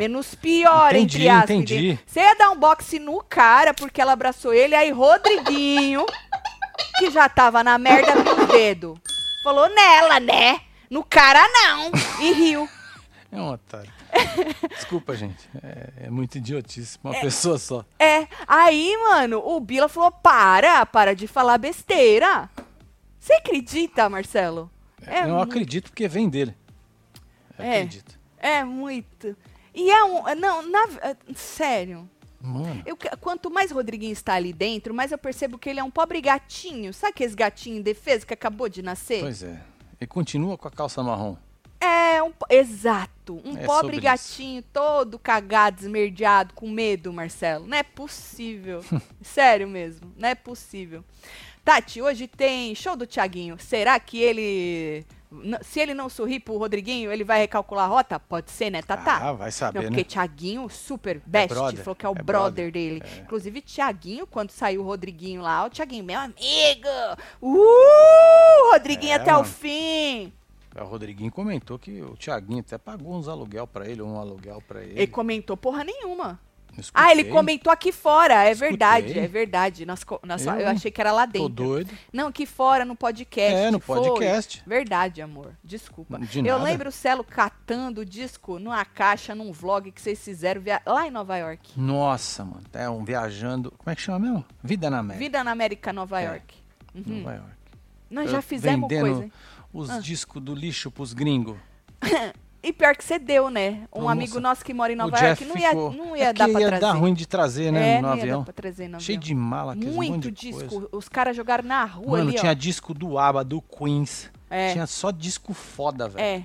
[SPEAKER 1] menos pior
[SPEAKER 2] Entendi,
[SPEAKER 1] entre aspas.
[SPEAKER 2] entendi.
[SPEAKER 1] entendeu? Você ia dar um boxe no cara porque ela abraçou ele, aí Rodriguinho, que já tava na merda com o dedo, falou nela, né? No cara não. E riu.
[SPEAKER 2] É um
[SPEAKER 1] [laughs]
[SPEAKER 2] otário. Desculpa, gente. É, é muito idiotice. Uma pessoa só.
[SPEAKER 1] É, aí, mano, o Bila falou: "Para, para de falar besteira". Você acredita, Marcelo? É
[SPEAKER 2] eu
[SPEAKER 1] mu-
[SPEAKER 2] acredito porque vem dele. Eu
[SPEAKER 1] É.
[SPEAKER 2] Acredito.
[SPEAKER 1] é muito. E é um, não, na, sério.
[SPEAKER 2] Mano,
[SPEAKER 1] Eu que- quanto mais Rodriguinho está ali dentro, mais eu percebo que ele é um pobre gatinho. Sabe aquele gatinho indefeso que acabou de nascer?
[SPEAKER 2] pois é. Ele continua com a calça marrom.
[SPEAKER 1] É, um, po- exato. Um
[SPEAKER 2] É sobre
[SPEAKER 1] pobre
[SPEAKER 2] isso.
[SPEAKER 1] gatinho todo cagado, esmerdeado, com medo, Marcelo. Não é possível.
[SPEAKER 2] [laughs]
[SPEAKER 1] Sério mesmo, não é possível. Tati, hoje tem show do Tiaguinho. Será que ele... n- Se ele não sorrir pro Rodriguinho, ele vai recalcular a rota? Pode ser, né, Tatá?
[SPEAKER 2] Ah, vai saber,
[SPEAKER 1] Não, porque
[SPEAKER 2] né?
[SPEAKER 1] Thiaguinho, super best,
[SPEAKER 2] brother,
[SPEAKER 1] falou que é o
[SPEAKER 2] é
[SPEAKER 1] brother
[SPEAKER 2] brother,
[SPEAKER 1] dele. Inclusive, Thiaguinho, quando saiu o Rodriguinho lá, o Thiaguinho, meu amigo! Uh! Rodriguinho
[SPEAKER 2] É,
[SPEAKER 1] até o
[SPEAKER 2] mano.
[SPEAKER 1] fim!
[SPEAKER 2] O Rodriguinho comentou que o Thiaguinho até pagou uns aluguel pra ele, um aluguel pra ele.
[SPEAKER 1] Ele... comentou porra nenhuma.
[SPEAKER 2] Eu
[SPEAKER 1] Ah, ele
[SPEAKER 2] escutei.
[SPEAKER 1] comentou aqui fora, é verdade,
[SPEAKER 2] Escutei.
[SPEAKER 1] é verdade. Nós, co- nós, eu,
[SPEAKER 2] Eu,
[SPEAKER 1] achei que era lá dentro.
[SPEAKER 2] Tô doido.
[SPEAKER 1] Não, aqui fora, no podcast.
[SPEAKER 2] É, no
[SPEAKER 1] foi.
[SPEAKER 2] podcast.
[SPEAKER 1] Verdade, amor. Desculpa.
[SPEAKER 2] De
[SPEAKER 1] eu
[SPEAKER 2] nada.
[SPEAKER 1] lembro o Celo catando o disco numa caixa, num vlog que vocês fizeram via- lá em Nova York.
[SPEAKER 2] Nossa, mano. É um viajando. Como é que chama mesmo? Vida na América.
[SPEAKER 1] Vida na América, Nova
[SPEAKER 2] É.
[SPEAKER 1] York. Uhum.
[SPEAKER 2] Nova York.
[SPEAKER 1] Nós
[SPEAKER 2] Eu
[SPEAKER 1] já fizemos
[SPEAKER 2] vendendo
[SPEAKER 1] coisa. hein? Ah.
[SPEAKER 2] Os discos do lixo pros gringos.
[SPEAKER 1] E pior que você deu, né? Um
[SPEAKER 2] Ô,
[SPEAKER 1] amigo
[SPEAKER 2] moça,
[SPEAKER 1] nosso que mora em Nova
[SPEAKER 2] o Jeff
[SPEAKER 1] York não ia,
[SPEAKER 2] ficou.
[SPEAKER 1] não
[SPEAKER 2] É
[SPEAKER 1] ia
[SPEAKER 2] porque
[SPEAKER 1] dar pra
[SPEAKER 2] ia
[SPEAKER 1] trazer.
[SPEAKER 2] dar ruim de trazer, né?
[SPEAKER 1] é,
[SPEAKER 2] no
[SPEAKER 1] não ia
[SPEAKER 2] avião.
[SPEAKER 1] dar pra trazer no
[SPEAKER 2] Cheio
[SPEAKER 1] avião.
[SPEAKER 2] de mala, aqueles monte
[SPEAKER 1] Muito
[SPEAKER 2] de
[SPEAKER 1] disco.
[SPEAKER 2] coisa.
[SPEAKER 1] Os caras jogaram na rua
[SPEAKER 2] Mano,
[SPEAKER 1] ali,
[SPEAKER 2] tinha
[SPEAKER 1] ó.
[SPEAKER 2] disco do ABBA, do Queens.
[SPEAKER 1] É.
[SPEAKER 2] Tinha só disco foda, velho.
[SPEAKER 1] É.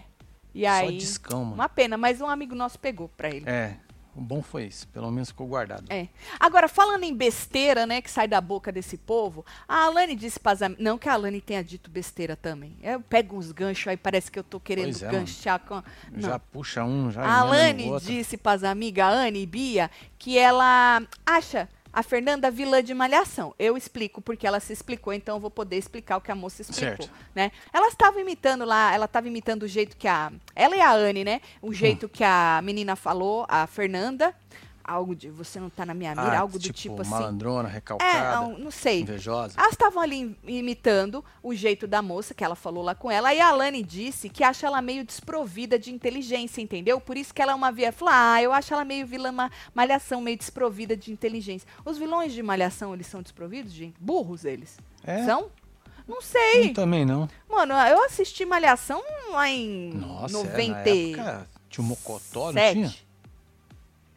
[SPEAKER 1] E aí.
[SPEAKER 2] Só discão, mano.
[SPEAKER 1] Uma pena, mas um amigo nosso pegou pra ele.
[SPEAKER 2] É. O bom foi isso. Pelo menos ficou guardado.
[SPEAKER 1] É. Agora, falando em besteira, né, que sai da boca desse povo, a Alane disse pras am- Não que a Alane tenha dito besteira também. Eu pego uns ganchos aí, parece que eu tô querendo
[SPEAKER 2] Pois é, mano.
[SPEAKER 1] ganchar com. Não.
[SPEAKER 2] Já puxa um, já
[SPEAKER 1] A
[SPEAKER 2] emenda no
[SPEAKER 1] Alane
[SPEAKER 2] outro.
[SPEAKER 1] disse pras amigas Anne e Bia que ela acha a Fernanda vilã de malhação. Eu explico porque ela se explicou, então eu vou poder explicar o que a moça explicou,
[SPEAKER 2] Certo.
[SPEAKER 1] né? Ela estava imitando lá, ela estava imitando o jeito que a ela e a Anne, né? O jeito que a menina falou, a Fernanda, algo de você não tá na minha mira,
[SPEAKER 2] Ah,
[SPEAKER 1] algo do tipo assim.
[SPEAKER 2] malandrona,
[SPEAKER 1] É, Ah,
[SPEAKER 2] recalcada,
[SPEAKER 1] não, não sei.
[SPEAKER 2] invejosa.
[SPEAKER 1] Elas estavam ali im- imitando o jeito da moça que ela falou lá com ela. E a Alane disse que acha ela meio desprovida de inteligência, entendeu? Por isso que ela é uma via. Falou, ah, eu acho ela meio vilã ma- malhação, meio desprovida de inteligência. Os vilões de malhação, eles são desprovidos, gente? Burros eles.
[SPEAKER 2] É? Então
[SPEAKER 1] São? Não sei.
[SPEAKER 2] Eu também não.
[SPEAKER 1] Mano, eu assisti malhação lá em
[SPEAKER 2] Nossa, é,
[SPEAKER 1] 90.
[SPEAKER 2] na época tinha o Mocotó, não
[SPEAKER 1] sete.
[SPEAKER 2] tinha?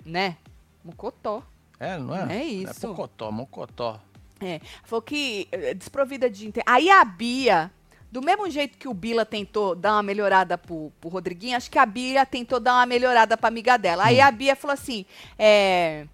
[SPEAKER 1] Né? Mocotó.
[SPEAKER 2] É, não é?
[SPEAKER 1] É
[SPEAKER 2] É
[SPEAKER 1] isso.
[SPEAKER 2] Mocotó, Mocotó.
[SPEAKER 1] É, falou que eh, desprovida de inte- Aí a Bia, do mesmo jeito que o Bila tentou dar uma melhorada pro, pro Rodriguinho, acho que a Bia tentou dar uma melhorada pra amiga dela. Aí a Bia falou assim, é...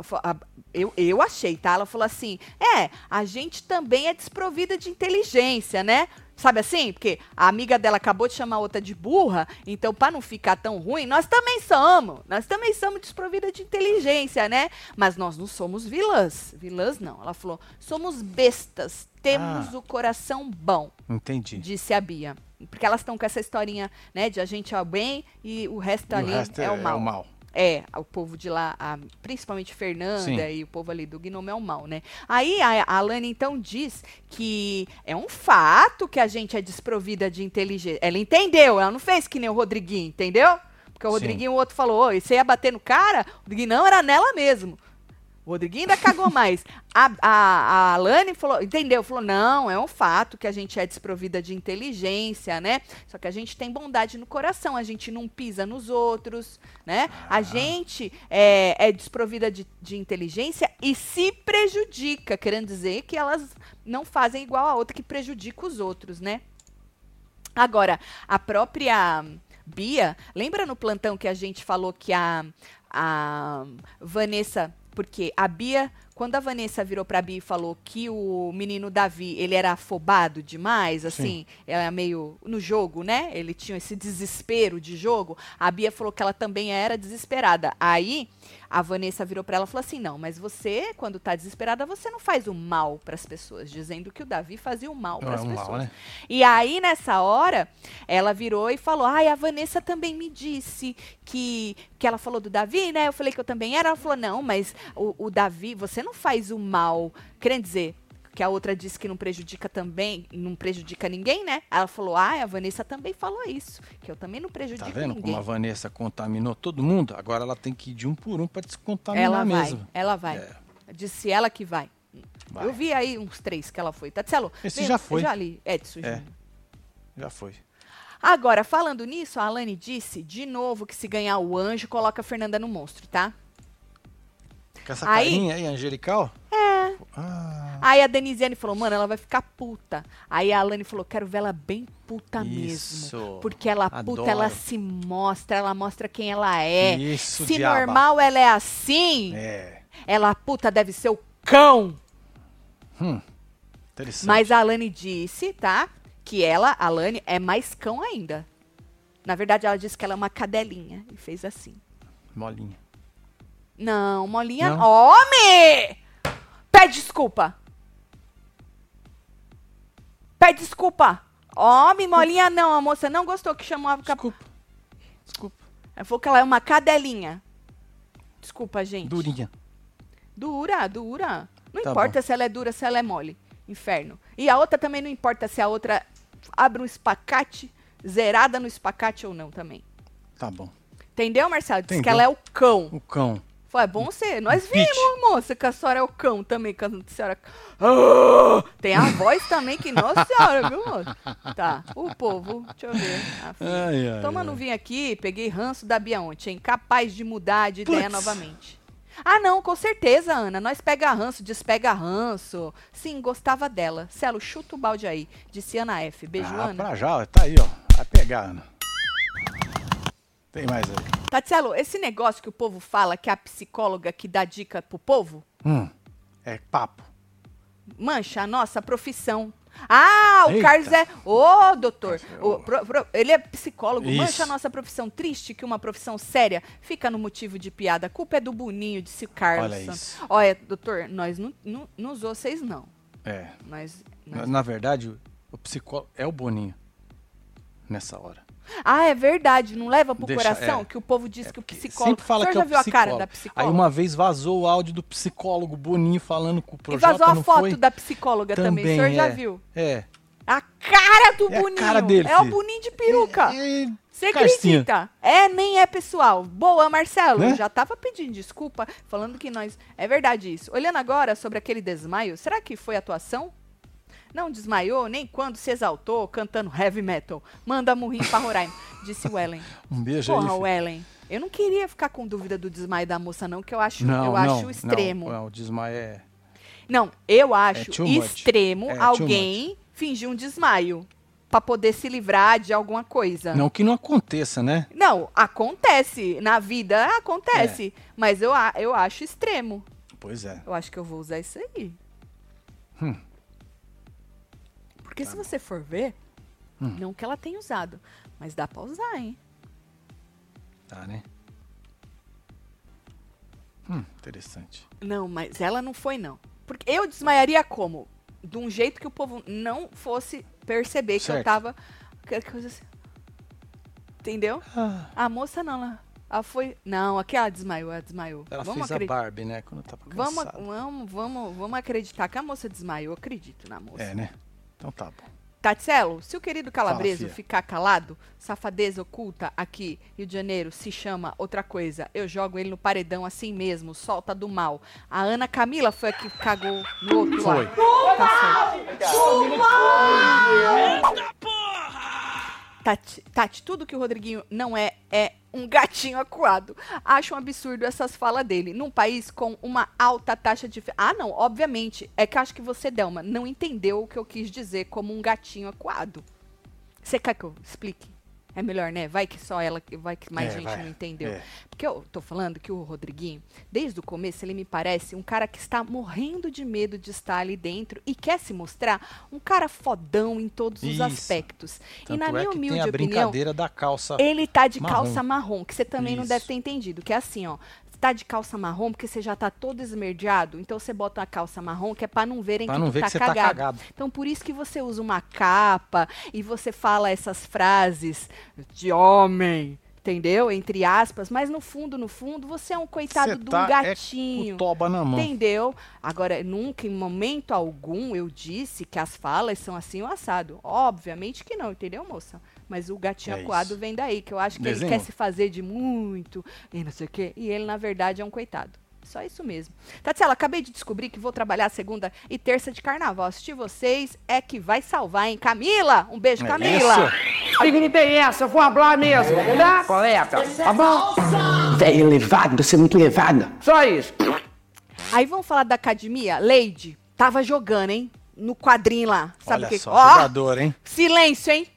[SPEAKER 1] fa- a- Eu, eu achei, tá? Ela falou assim, é, a gente também é desprovida de inteligência, né? Sabe assim? Porque a amiga dela acabou de chamar a outra de burra, então pra não ficar tão ruim, nós também somos. Nós também somos desprovidas de inteligência, né? Mas nós não somos vilãs. Vilãs não. Ela
[SPEAKER 2] Ah.
[SPEAKER 1] falou, somos bestas, temos o coração bom,
[SPEAKER 2] Entendi.
[SPEAKER 1] disse a Bia. Porque elas estão com essa historinha, né, de a gente é o bem e o resto
[SPEAKER 2] E
[SPEAKER 1] ali
[SPEAKER 2] resto
[SPEAKER 1] é o mal.
[SPEAKER 2] É o mal.
[SPEAKER 1] É, o povo de lá, a- principalmente Fernanda
[SPEAKER 2] Sim.
[SPEAKER 1] e o povo ali do Gnome é o mal, né? Aí a, a Alane então diz que é um fato que a gente é desprovida de inteligência. Ela entendeu, ela não fez que nem o Rodriguinho, entendeu? Porque o
[SPEAKER 2] Sim.
[SPEAKER 1] Rodriguinho, o outro falou, "Ô, e você ia bater no cara? O Rodriguinho não era nela mesmo. O Rodriguinho ainda cagou mais. A, a, a Alane falou, entendeu? Falou, não, é um fato que a gente é desprovida de inteligência, né? Só que a gente tem bondade no coração, a gente não pisa nos outros, né? A gente é, é desprovida de, de inteligência e se prejudica, querendo dizer que elas não fazem igual a outra, que prejudica os outros, né? Agora, a própria Bia, lembra no plantão que a gente falou que a, a Vanessa, porque a Bia, quando a Vanessa virou pra Bia e falou que o menino Davi, ele era afobado demais, assim, ela é meio no jogo, né? Ele tinha esse desespero de jogo. A Bia falou que ela também era desesperada. Aí a Vanessa virou pra ela e falou assim: "Não, mas você, quando tá desesperada, você não faz o mal pras pessoas", dizendo que o Davi fazia o mal
[SPEAKER 2] Não é
[SPEAKER 1] pras
[SPEAKER 2] um
[SPEAKER 1] pessoas.
[SPEAKER 2] mal, né?
[SPEAKER 1] E aí, nessa hora, ela virou e falou: Ai, a Vanessa também me disse que, que ela falou do Davi, né? Eu falei que eu também era. Ela falou: Não, mas o, o Davi, você não faz o mal. Querendo dizer. Que a outra disse que não prejudica também, não prejudica ninguém, né? Ela falou: Ah, a Vanessa também falou isso, que eu também não prejudico
[SPEAKER 2] Tá vendo
[SPEAKER 1] ninguém.
[SPEAKER 2] como a Vanessa contaminou todo mundo? Agora ela tem que ir de um por um pra descontaminar
[SPEAKER 1] ela vai,
[SPEAKER 2] mesmo.
[SPEAKER 1] ela vai.
[SPEAKER 2] É,
[SPEAKER 1] Disse ela que vai.
[SPEAKER 2] vai.
[SPEAKER 1] Eu vi aí uns três que ela foi. Tá, Tatselo,
[SPEAKER 2] Esse
[SPEAKER 1] vem,
[SPEAKER 2] já foi.
[SPEAKER 1] Já li. Edson,
[SPEAKER 2] É.
[SPEAKER 1] Júnior.
[SPEAKER 2] Já foi.
[SPEAKER 1] Agora, falando nisso, a Alane disse de novo que se ganhar o anjo, coloca a Fernanda no monstro, tá?
[SPEAKER 2] Com essa
[SPEAKER 1] Aí-
[SPEAKER 2] carinha aí, angelical? É. Ah,
[SPEAKER 1] Aí a Denisiane falou, mano, ela vai ficar puta. Aí a Alane falou, quero ver ela bem puta Tá mesmo.
[SPEAKER 2] isso.
[SPEAKER 1] Porque ela
[SPEAKER 2] Adoro.
[SPEAKER 1] puta, ela se mostra, ela mostra quem ela é.
[SPEAKER 2] Isso,
[SPEAKER 1] se
[SPEAKER 2] diaba.
[SPEAKER 1] normal ela é assim,
[SPEAKER 2] É.
[SPEAKER 1] ela puta deve ser o cão.
[SPEAKER 2] Interessante.
[SPEAKER 1] Mas a Alane disse, tá? Que ela, a Alane, é mais cão ainda. Na verdade, ela disse que ela é uma cadelinha. E fez assim.
[SPEAKER 2] Molinha.
[SPEAKER 1] Não, molinha.
[SPEAKER 2] Não?
[SPEAKER 1] Homem! Pede desculpa. Pede desculpa. Homem, molinha não. A moça não gostou que chamou a. cap-
[SPEAKER 2] Desculpa. Desculpa.
[SPEAKER 1] Ela falou que ela é uma cadelinha. Desculpa, gente.
[SPEAKER 2] Durinha.
[SPEAKER 1] Dura, dura. Não
[SPEAKER 2] Tá
[SPEAKER 1] importa se ela é dura, se ela é mole. Inferno. E a outra também não importa se a outra abre um espacate, zerada no espacate ou não também.
[SPEAKER 2] Tá bom.
[SPEAKER 1] Entendeu, Marcelo? Diz que
[SPEAKER 2] Entendeu.
[SPEAKER 1] ela é o cão.
[SPEAKER 2] O cão.
[SPEAKER 1] Foi é bom ser. Nós
[SPEAKER 2] Um Pitch.
[SPEAKER 1] vimos, moça, que a senhora é o cão também, que a senhora. Ah! Tem a voz também que, nossa senhora, viu, moça? Tá, o povo, deixa eu ver. a filha.
[SPEAKER 2] Ai, ai,
[SPEAKER 1] Tomando
[SPEAKER 2] ai.
[SPEAKER 1] vinho aqui, peguei ranço da Bia ontem, hein? Capaz de mudar de ideia
[SPEAKER 2] Puts.
[SPEAKER 1] novamente. Ah, não, com certeza, Ana. Nós pega ranço, despega ranço. Sim, gostava dela. Celo, chuta o balde aí. Disse Ana F. Beijo,
[SPEAKER 2] ah,
[SPEAKER 1] Ana.
[SPEAKER 2] pra já, ó. tá aí, ó. Vai pegar, Ana. Tem mais aí.
[SPEAKER 1] Tatielo, Tá, esse negócio que o povo fala que é a psicóloga que dá dica pro povo,
[SPEAKER 2] Hum. É papo.
[SPEAKER 1] mancha a nossa profissão. Ah, o
[SPEAKER 2] Eita.
[SPEAKER 1] Carlos é. Ô, doutor, o
[SPEAKER 2] Ô.
[SPEAKER 1] pro- pro- ele é psicólogo,
[SPEAKER 2] Isso.
[SPEAKER 1] mancha a nossa profissão. Triste que uma profissão séria fica no motivo de piada. A culpa é do Boninho, disse o Carlos.
[SPEAKER 2] Olha
[SPEAKER 1] Santos.
[SPEAKER 2] isso.
[SPEAKER 1] Olha, doutor, nós não, não, não usou vocês, não.
[SPEAKER 2] É.
[SPEAKER 1] Nós, nós-
[SPEAKER 2] Na, na verdade, o- o psicólogo é o Boninho. Nessa hora.
[SPEAKER 1] Ah, é verdade, não leva pro
[SPEAKER 2] Deixa-
[SPEAKER 1] coração
[SPEAKER 2] é.
[SPEAKER 1] que o povo diz que o
[SPEAKER 2] Porque
[SPEAKER 1] psicólogo.
[SPEAKER 2] Sempre fala
[SPEAKER 1] o senhor
[SPEAKER 2] que
[SPEAKER 1] já
[SPEAKER 2] é o
[SPEAKER 1] viu a cara
[SPEAKER 2] psicólogo.
[SPEAKER 1] da psicóloga?
[SPEAKER 2] Aí uma vez vazou o áudio do psicólogo Boninho falando com o
[SPEAKER 1] e
[SPEAKER 2] Projota.
[SPEAKER 1] vazou a
[SPEAKER 2] não
[SPEAKER 1] foto
[SPEAKER 2] foi?
[SPEAKER 1] da psicóloga também, o senhor já viu.
[SPEAKER 2] É.
[SPEAKER 1] A cara do
[SPEAKER 2] É a
[SPEAKER 1] Boninho.
[SPEAKER 2] cara dele,
[SPEAKER 1] é o
[SPEAKER 2] filho.
[SPEAKER 1] Boninho de peruca.
[SPEAKER 2] E-
[SPEAKER 1] Você
[SPEAKER 2] Castinha.
[SPEAKER 1] acredita? É, nem é pessoal. Boa, Marcelo.
[SPEAKER 2] Né?
[SPEAKER 1] Já tava pedindo desculpa, falando que nós. É verdade isso. Olhando agora sobre aquele desmaio, será que foi atuação? Não desmaiou nem quando se exaltou cantando heavy metal. Manda murrinho pra
[SPEAKER 2] [laughs]
[SPEAKER 1] Roraima, disse o Ellen.
[SPEAKER 2] Um beijo aí.
[SPEAKER 1] Porra,
[SPEAKER 2] filho.
[SPEAKER 1] o Ellen. Eu não queria ficar com dúvida do desmaio da moça, não, que eu acho,
[SPEAKER 2] Não,
[SPEAKER 1] eu
[SPEAKER 2] não,
[SPEAKER 1] acho
[SPEAKER 2] não,
[SPEAKER 1] extremo.
[SPEAKER 2] não, o desmaio é.
[SPEAKER 1] Não, eu acho
[SPEAKER 2] É too much.
[SPEAKER 1] extremo
[SPEAKER 2] É too
[SPEAKER 1] alguém fingir um desmaio pra poder se livrar de alguma coisa.
[SPEAKER 2] Não que não aconteça, né?
[SPEAKER 1] Não, acontece. Na vida acontece.
[SPEAKER 2] É.
[SPEAKER 1] Mas eu, a- eu acho extremo.
[SPEAKER 2] Pois é.
[SPEAKER 1] Eu acho que eu vou usar isso aí.
[SPEAKER 2] Hum.
[SPEAKER 1] Porque se você for ver,
[SPEAKER 2] Hum.
[SPEAKER 1] não que ela tenha usado. Mas dá pra usar, hein?
[SPEAKER 2] Tá, né? Hum, interessante.
[SPEAKER 1] Não, mas ela não foi, não. Porque eu desmaiaria como? De um jeito que o povo não fosse perceber que eu
[SPEAKER 2] Certo.
[SPEAKER 1] tava Que- que coisa assim. Entendeu?
[SPEAKER 2] Ah,
[SPEAKER 1] A moça não, ela, ela foi. Não, aqui ela desmaiou, ela desmaiou.
[SPEAKER 2] Ela
[SPEAKER 1] vamos
[SPEAKER 2] fez
[SPEAKER 1] acreditar.
[SPEAKER 2] a Barbie, né? Quando tava
[SPEAKER 1] Vamos, um-
[SPEAKER 2] cansada.
[SPEAKER 1] vamos, vamos, vamos acreditar que a moça desmaiou. Eu acredito na moça.
[SPEAKER 2] É, né? Então tá bom.
[SPEAKER 1] Tatielo, se o querido calabreso
[SPEAKER 2] Fala, fia.
[SPEAKER 1] ficar calado, safadeza oculta aqui, Rio de Janeiro, se chama outra coisa. Eu jogo ele no paredão assim mesmo, solta do mal. A Ana Camila foi a que cagou no outro
[SPEAKER 2] Foi.
[SPEAKER 1] lado. Tá certo. Tati, Tati, tudo que o Rodriguinho não é, é um gatinho acuado. Acho um absurdo essas falas dele. Num país com uma alta taxa de. fi- Ah, não, obviamente. É que acho que você, Delma, não entendeu o que eu quis dizer como um gatinho acuado. Você quer que eu explique? É melhor, né? Vai que só ela, vai que mais
[SPEAKER 2] É,
[SPEAKER 1] gente
[SPEAKER 2] vai.
[SPEAKER 1] não entendeu.
[SPEAKER 2] É.
[SPEAKER 1] Porque eu tô falando que o Rodriguinho, desde o começo, ele me parece um cara que está morrendo de medo de estar ali dentro e quer se mostrar um cara fodão em todos os
[SPEAKER 2] Isso.
[SPEAKER 1] aspectos. e
[SPEAKER 2] Tanto
[SPEAKER 1] na
[SPEAKER 2] é
[SPEAKER 1] minha
[SPEAKER 2] que
[SPEAKER 1] humilde
[SPEAKER 2] tem a
[SPEAKER 1] opinião,
[SPEAKER 2] brincadeira da calça.
[SPEAKER 1] ele tá de
[SPEAKER 2] marrom.
[SPEAKER 1] calça marrom, que você também não
[SPEAKER 2] Isso.
[SPEAKER 1] deve ter entendido, que é assim, ó. Você tá de calça marrom porque você já tá todo esmerdeado, então você bota uma calça marrom que é pra não verem
[SPEAKER 2] Pra
[SPEAKER 1] que
[SPEAKER 2] não
[SPEAKER 1] tu
[SPEAKER 2] ver
[SPEAKER 1] tá
[SPEAKER 2] que você tá
[SPEAKER 1] cagado.
[SPEAKER 2] cagado.
[SPEAKER 1] Então por isso que você usa uma capa e você fala essas frases de homem, entendeu? Entre aspas, mas no fundo, no fundo, você é um coitado
[SPEAKER 2] Você
[SPEAKER 1] de um
[SPEAKER 2] tá é
[SPEAKER 1] gatinho.
[SPEAKER 2] com toba na mão.
[SPEAKER 1] Entendeu? Agora, nunca, em momento algum, eu disse que as falas são assim o assado. Obviamente que não, entendeu, moça? Mas o gatinho
[SPEAKER 2] É
[SPEAKER 1] acuado
[SPEAKER 2] isso.
[SPEAKER 1] vem daí, que eu acho que
[SPEAKER 2] Desenho.
[SPEAKER 1] ele quer se fazer de muito e não sei o quê. E ele, na verdade, é um coitado. Só isso mesmo. Tatiela, acabei de descobrir que vou trabalhar segunda e terça de carnaval. Assistir vocês é que vai salvar, hein? Camila! Um beijo,
[SPEAKER 2] É
[SPEAKER 1] Camila!
[SPEAKER 4] Ninguém tem essa, eu vou falar mesmo, tá? Colega, tá bom?
[SPEAKER 5] Velho elevado, você é muito elevado.
[SPEAKER 4] Só isso.
[SPEAKER 1] Aí vamos falar da academia? Lady, tava jogando, hein? No quadrinho lá. Sabe
[SPEAKER 2] Olha
[SPEAKER 1] o que?
[SPEAKER 2] só,
[SPEAKER 1] Ó!
[SPEAKER 2] jogador, hein?
[SPEAKER 1] Silêncio, hein?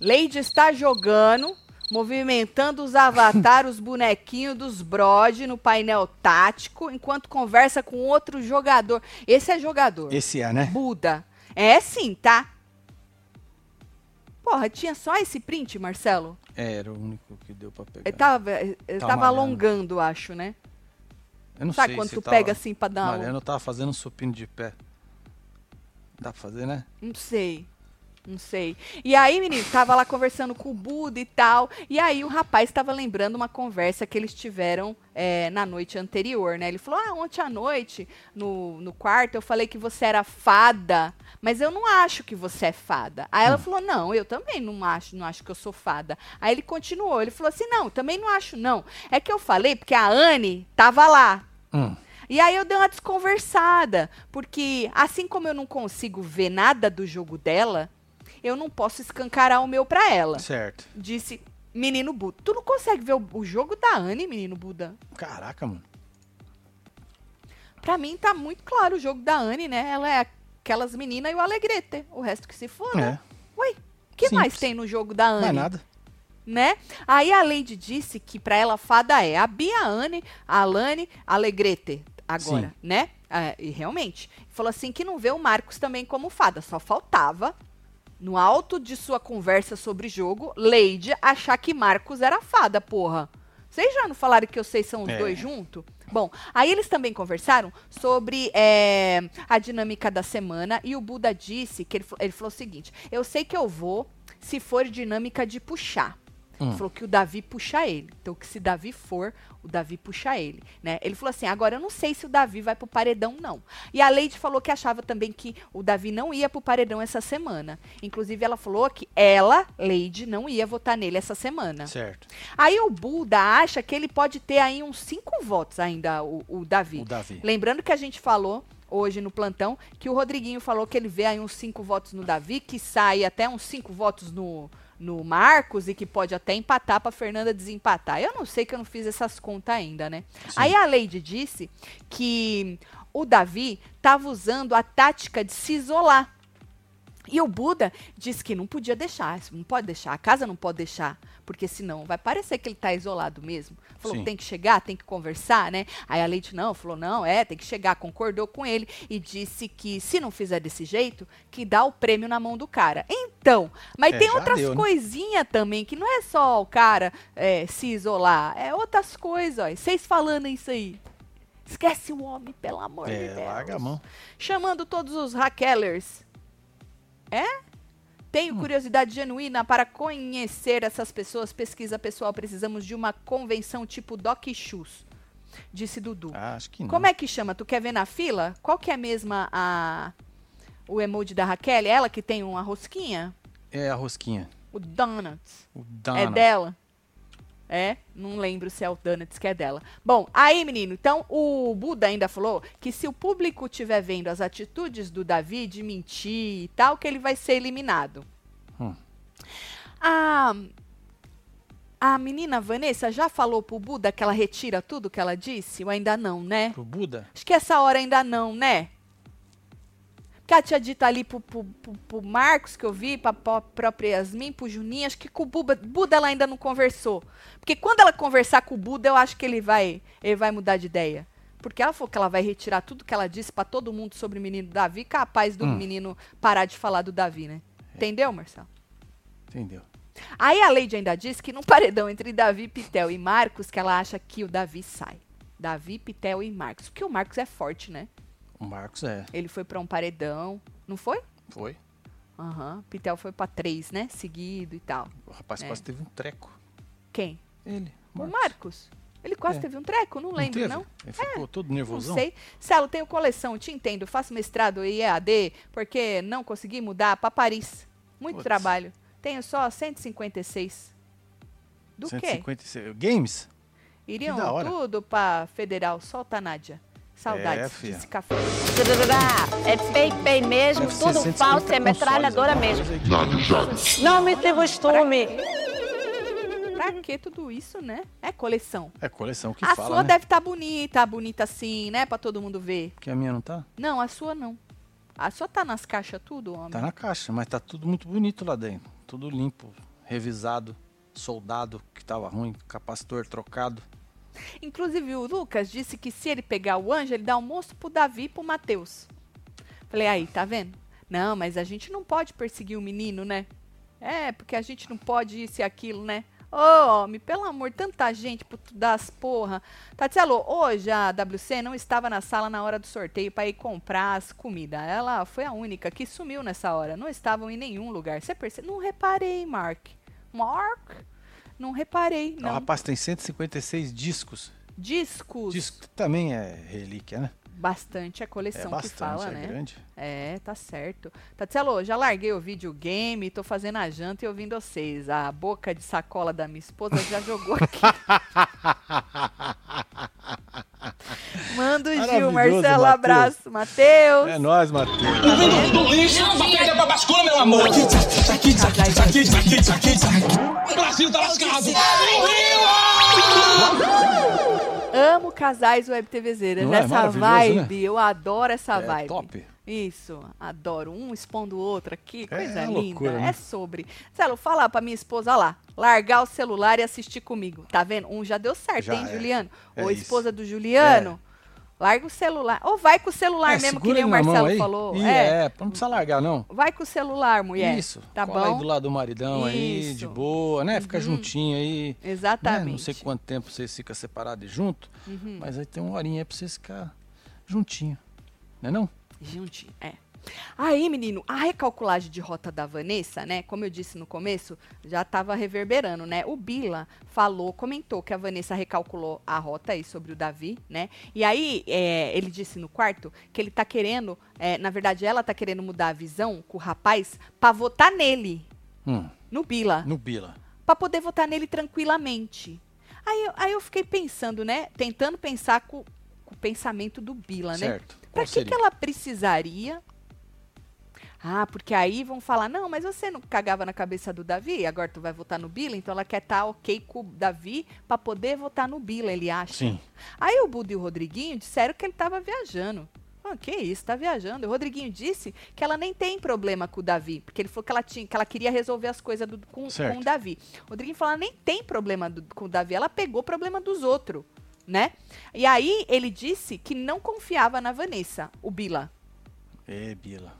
[SPEAKER 1] Lady está jogando, movimentando os avatares, os bonequinhos dos Brod no painel tático, enquanto conversa com outro jogador. Esse é jogador.
[SPEAKER 2] Esse é, né?
[SPEAKER 1] Buda. É sim, tá? Porra, tinha só esse print, Marcelo?
[SPEAKER 2] Era o único que deu pra pegar.
[SPEAKER 1] Ele tava, ele
[SPEAKER 2] Tá
[SPEAKER 1] tava
[SPEAKER 2] malhando.
[SPEAKER 1] alongando, acho, né?
[SPEAKER 2] Eu não
[SPEAKER 1] Sabe
[SPEAKER 2] sei
[SPEAKER 1] quando
[SPEAKER 2] se tá
[SPEAKER 1] tu
[SPEAKER 2] tava-
[SPEAKER 1] pega assim pra dar uma-
[SPEAKER 2] Mariano tava fazendo um supino de pé. Dá pra fazer, né?
[SPEAKER 1] Não sei. Não sei. E aí, menino, tava lá conversando com o Buda e tal. E aí o rapaz tava lembrando uma conversa que eles tiveram é, na noite anterior, né? Ele falou: Ah, ontem à noite, no, no quarto, eu falei que você era fada, mas eu não acho que você é fada. Aí ela falou: Não, eu também não acho, não acho que eu sou fada. Aí ele continuou, ele falou assim: Não, também não acho, não. É que eu falei porque a Anne tava lá.
[SPEAKER 2] Hum.
[SPEAKER 1] E aí eu dei uma desconversada, porque assim como eu não consigo ver nada do jogo dela, eu não posso escancarar o meu pra ela.
[SPEAKER 2] Certo.
[SPEAKER 1] Disse menino Buda. Tu não consegue ver o, o jogo da Anne, menino Buda?
[SPEAKER 2] Caraca, mano.
[SPEAKER 1] Pra mim tá muito claro o jogo da Anne, né? Ela é aquelas meninas e o Alegrete. O resto que se for, né? Ué, o que
[SPEAKER 2] É, Simples.
[SPEAKER 1] mais tem no jogo da
[SPEAKER 2] É, não é
[SPEAKER 1] Anne?
[SPEAKER 2] nada.
[SPEAKER 1] né? Aí a Lady disse que pra ela fada é a Bia Anne, a Alane, a Alegrete, agora,
[SPEAKER 2] Sim.
[SPEAKER 1] né? Ah, e realmente, falou assim que não vê o Marcos também como fada, só faltava no alto de sua conversa sobre jogo, Lady achar que Marcos era fada, porra. Vocês já não falaram que vocês são os
[SPEAKER 2] É.
[SPEAKER 1] dois juntos? Bom, aí eles também conversaram sobre é, a dinâmica da semana e o Buda disse que ele, fa- ele falou o seguinte: eu sei que eu vou se for dinâmica de puxar.
[SPEAKER 2] Hum.
[SPEAKER 1] Falou que o Davi puxa ele. Então, que se Davi for, o Davi puxa ele, né? Ele falou assim: agora eu não sei se o Davi vai pro paredão, não. E a Leide falou que achava também que o Davi não ia pro paredão essa semana. Inclusive, ela falou que ela, Leide, não ia votar nele essa semana.
[SPEAKER 2] Certo.
[SPEAKER 1] Aí o Buda acha que ele pode ter aí uns cinco votos ainda, o, o Davi.
[SPEAKER 2] O Davi.
[SPEAKER 1] Lembrando que a gente falou hoje no plantão que o Rodriguinho falou que ele vê aí uns cinco votos no Davi, que sai até uns cinco votos no, no Marcos e que pode até empatar pra Fernanda desempatar. Eu não sei que eu não fiz essas contas ainda, né? Aí a Leide disse que o Davi tava usando a tática de se isolar. E o Buda disse que não podia deixar, isso não pode deixar, a casa não pode deixar, porque senão vai parecer que ele tá isolado mesmo. Falou
[SPEAKER 2] Sim.
[SPEAKER 1] que tem que chegar, tem que conversar, né? Aí a Leite não, falou não, é, tem que chegar, concordou com ele e disse que se não fizer desse jeito, que dá o prêmio na mão do cara. Então, mas
[SPEAKER 2] É,
[SPEAKER 1] tem
[SPEAKER 2] já
[SPEAKER 1] outras
[SPEAKER 2] deu, né?
[SPEAKER 1] coisinhas também, que não é só o cara é, se isolar, é outras coisas, ó. E Vocês falando isso aí. Esquece o homem, pelo amor de
[SPEAKER 2] É,
[SPEAKER 1] Deus.
[SPEAKER 2] larga a mão.
[SPEAKER 1] Chamando todos os hackellers. É? Tenho curiosidade genuína para conhecer essas pessoas. Pesquisa pessoal, precisamos de uma convenção tipo Doc Shoes, disse Dudu.
[SPEAKER 2] Ah, acho que não.
[SPEAKER 1] Como é que chama? Tu quer ver na fila? Qual que é mesmo a o emoji da Raquel? É Ela que tem uma rosquinha?
[SPEAKER 2] É a rosquinha.
[SPEAKER 1] O Donuts.
[SPEAKER 2] O
[SPEAKER 1] É
[SPEAKER 2] Dana.
[SPEAKER 1] dela? É? Não lembro se é o Donuts que é dela. Bom, aí, menino, então o Buda ainda falou que se o público estiver vendo as atitudes do Davi de mentir e tal, que ele vai ser eliminado.
[SPEAKER 2] Hum.
[SPEAKER 1] A, a menina Vanessa já falou pro Buda que ela retira tudo que ela disse? Ou ainda não, né?
[SPEAKER 2] Pro Buda?
[SPEAKER 1] Acho que essa hora ainda não, né? Porque ela tinha dito ali pro, pro, pro, pro Marcos, que eu vi, pra, pró- própria Yasmin, pro Juninho, acho que com o Buba- Buda ela ainda não conversou. Porque quando ela conversar com o Buda, eu acho que ele vai, ele vai mudar de ideia. Porque ela falou que ela vai retirar tudo que ela disse pra todo mundo sobre o menino Davi, capaz do menino parar de falar do Davi, né? Entendeu, Marcelo?
[SPEAKER 2] Entendeu.
[SPEAKER 1] Aí a Lady ainda diz que num paredão entre Davi, Pitel e Marcos, que ela acha que o Davi sai. Davi, Pitel e Marcos. Porque o Marcos é forte, né?
[SPEAKER 2] O Marcos é.
[SPEAKER 1] Ele foi pra um paredão, não foi?
[SPEAKER 2] Foi.
[SPEAKER 1] Aham. Pitel foi pra três, né? Seguido e tal.
[SPEAKER 2] O rapaz
[SPEAKER 1] É.
[SPEAKER 2] quase teve um treco.
[SPEAKER 1] Quem?
[SPEAKER 2] Ele.
[SPEAKER 1] O Marcos. Ele quase
[SPEAKER 2] É.
[SPEAKER 1] teve um treco, não lembro,
[SPEAKER 2] teve?
[SPEAKER 1] não. É.
[SPEAKER 2] Ele ficou todo nervosão.
[SPEAKER 1] Não sei. Celo, tenho coleção, te entendo. Faço mestrado e EAD porque não consegui mudar pra Paris. Muito
[SPEAKER 2] Putz.
[SPEAKER 1] trabalho. Tenho só 156. Do quê?
[SPEAKER 2] 156. Games?
[SPEAKER 1] Iriam
[SPEAKER 2] Que da hora.
[SPEAKER 1] tudo pra federal. Solta a Nádia. Saudades
[SPEAKER 2] fia.
[SPEAKER 1] desse café.
[SPEAKER 6] É pei-pei mesmo,
[SPEAKER 2] Deve ser
[SPEAKER 6] tudo
[SPEAKER 2] 150
[SPEAKER 6] falso, é metralhadora
[SPEAKER 2] consoles, né?
[SPEAKER 6] mesmo.
[SPEAKER 2] alguma
[SPEAKER 6] Não me costume.
[SPEAKER 1] Pra que tudo isso, né? É coleção.
[SPEAKER 2] É coleção que
[SPEAKER 1] a
[SPEAKER 2] fala,
[SPEAKER 1] sua
[SPEAKER 2] né?
[SPEAKER 1] deve estar bonita, bonita assim, né? Pra todo mundo ver.
[SPEAKER 2] Porque a minha não tá?
[SPEAKER 1] Não, a sua não. A sua tá nas caixas tudo, homem.
[SPEAKER 2] Tá na caixa, mas tá tudo muito bonito lá dentro. Tudo limpo, revisado, soldado que tava ruim, capacitor trocado.
[SPEAKER 1] Inclusive, o Lucas disse que se ele pegar o anjo, ele dá almoço pro Davi e pro Matheus. Falei, aí, tá vendo? Não, mas a gente não pode perseguir o menino, né? É, porque a gente não pode isso e aquilo, né? Ô, homem, pelo amor, tanta gente por tu dar as porra. Tatielo, hoje a WC não estava na sala na hora do sorteio pra ir comprar as comidas. Ela foi a única que sumiu nessa hora. Não estavam em nenhum lugar. Você percebeu? Não reparei, Mark. Mark? Não reparei,
[SPEAKER 2] O
[SPEAKER 1] não.
[SPEAKER 2] Ah, rapaz tem 156 discos.
[SPEAKER 1] Discos.
[SPEAKER 2] Disco também é relíquia, né?
[SPEAKER 1] Bastante a coleção
[SPEAKER 2] É
[SPEAKER 1] que
[SPEAKER 2] bastante,
[SPEAKER 1] fala,
[SPEAKER 2] é
[SPEAKER 1] né?
[SPEAKER 2] grande.
[SPEAKER 1] É, tá certo. Tatielo, já larguei o videogame, tô fazendo a janta e ouvindo vocês. A boca de sacola da minha esposa já jogou
[SPEAKER 2] [laughs]
[SPEAKER 1] aqui. Manda o Gil,
[SPEAKER 2] Maravilhoso,
[SPEAKER 1] Marcelo,
[SPEAKER 2] Matheus.
[SPEAKER 1] abraço, Matheus.
[SPEAKER 2] É nóis, Matheus.
[SPEAKER 1] Amo casais web TVzeira.
[SPEAKER 2] Não é?
[SPEAKER 1] Nessa
[SPEAKER 2] Maravilhoso,
[SPEAKER 1] vibe, eu adoro essa
[SPEAKER 2] É
[SPEAKER 1] vibe.
[SPEAKER 2] top.
[SPEAKER 1] Isso, adoro. Um expondo o outro aqui, coisa linda.
[SPEAKER 2] loucura, né?
[SPEAKER 1] É sobre. Celo, fala pra minha esposa olha lá. Largar o celular e assistir comigo. Tá vendo? Um já deu certo,
[SPEAKER 2] Já
[SPEAKER 1] hein,
[SPEAKER 2] é.
[SPEAKER 1] Juliano?
[SPEAKER 2] É
[SPEAKER 1] Ou
[SPEAKER 2] isso.
[SPEAKER 1] esposa do Juliano. Larga o celular. Ou vai com o celular
[SPEAKER 2] É,
[SPEAKER 1] mesmo, que
[SPEAKER 2] segura
[SPEAKER 1] nem o
[SPEAKER 2] ele na mão
[SPEAKER 1] Marcelo
[SPEAKER 2] aí.
[SPEAKER 1] falou.
[SPEAKER 2] Ih,
[SPEAKER 1] é.
[SPEAKER 2] é. não precisa largar, não.
[SPEAKER 1] Vai com o celular, mulher.
[SPEAKER 2] Isso.
[SPEAKER 1] Tá
[SPEAKER 2] Cola aí
[SPEAKER 1] bom?
[SPEAKER 2] do lado do maridão aí, de
[SPEAKER 1] Isso. Uhum.
[SPEAKER 2] boa, né? Fica juntinho aí. né?
[SPEAKER 1] Exatamente. Uhum.
[SPEAKER 2] Não sei quanto tempo vocês ficam separados e junto, mas aí tem uma horinha aí pra vocês ficarem juntinho. Né não?
[SPEAKER 1] Juntinho, é. Aí, menino, a recalculagem de rota da Vanessa, né? Como eu disse no começo, já estava reverberando, né? O Bila falou, comentou que a Vanessa recalculou a rota aí sobre o Davi, né? E aí, é, ele disse no quarto que ele tá querendo, é, na verdade, ela tá querendo mudar a visão com o rapaz pra votar nele,
[SPEAKER 2] Hum,
[SPEAKER 1] no Bila
[SPEAKER 2] no Bila.
[SPEAKER 1] para poder votar nele tranquilamente. Aí, eu- aí eu fiquei pensando, né? Tentando pensar com, com o pensamento do Bila,
[SPEAKER 2] Certo.
[SPEAKER 1] né? Pra
[SPEAKER 2] Qual
[SPEAKER 1] que,
[SPEAKER 2] seria?
[SPEAKER 1] que ela precisaria? Ah, porque aí vão falar, não, mas você não cagava na cabeça do Davi, agora tu vai votar no Bila, então ela quer estar ok com o Davi para poder votar no Bila, ele acha.
[SPEAKER 2] Sim.
[SPEAKER 1] Aí o Buda e o Rodriguinho disseram que ele estava viajando. Ah, que isso, tá viajando. O Rodriguinho disse que ela nem tem problema com o Davi, porque ele falou que ela, tinha, que ela queria resolver as coisas do- com,
[SPEAKER 2] Certo.
[SPEAKER 1] com o Davi. O Rodriguinho falou, ela nem tem problema do- com o Davi, ela pegou o problema dos outros, né? E aí ele disse que não confiava na Vanessa, o Bila.
[SPEAKER 2] É, Bila.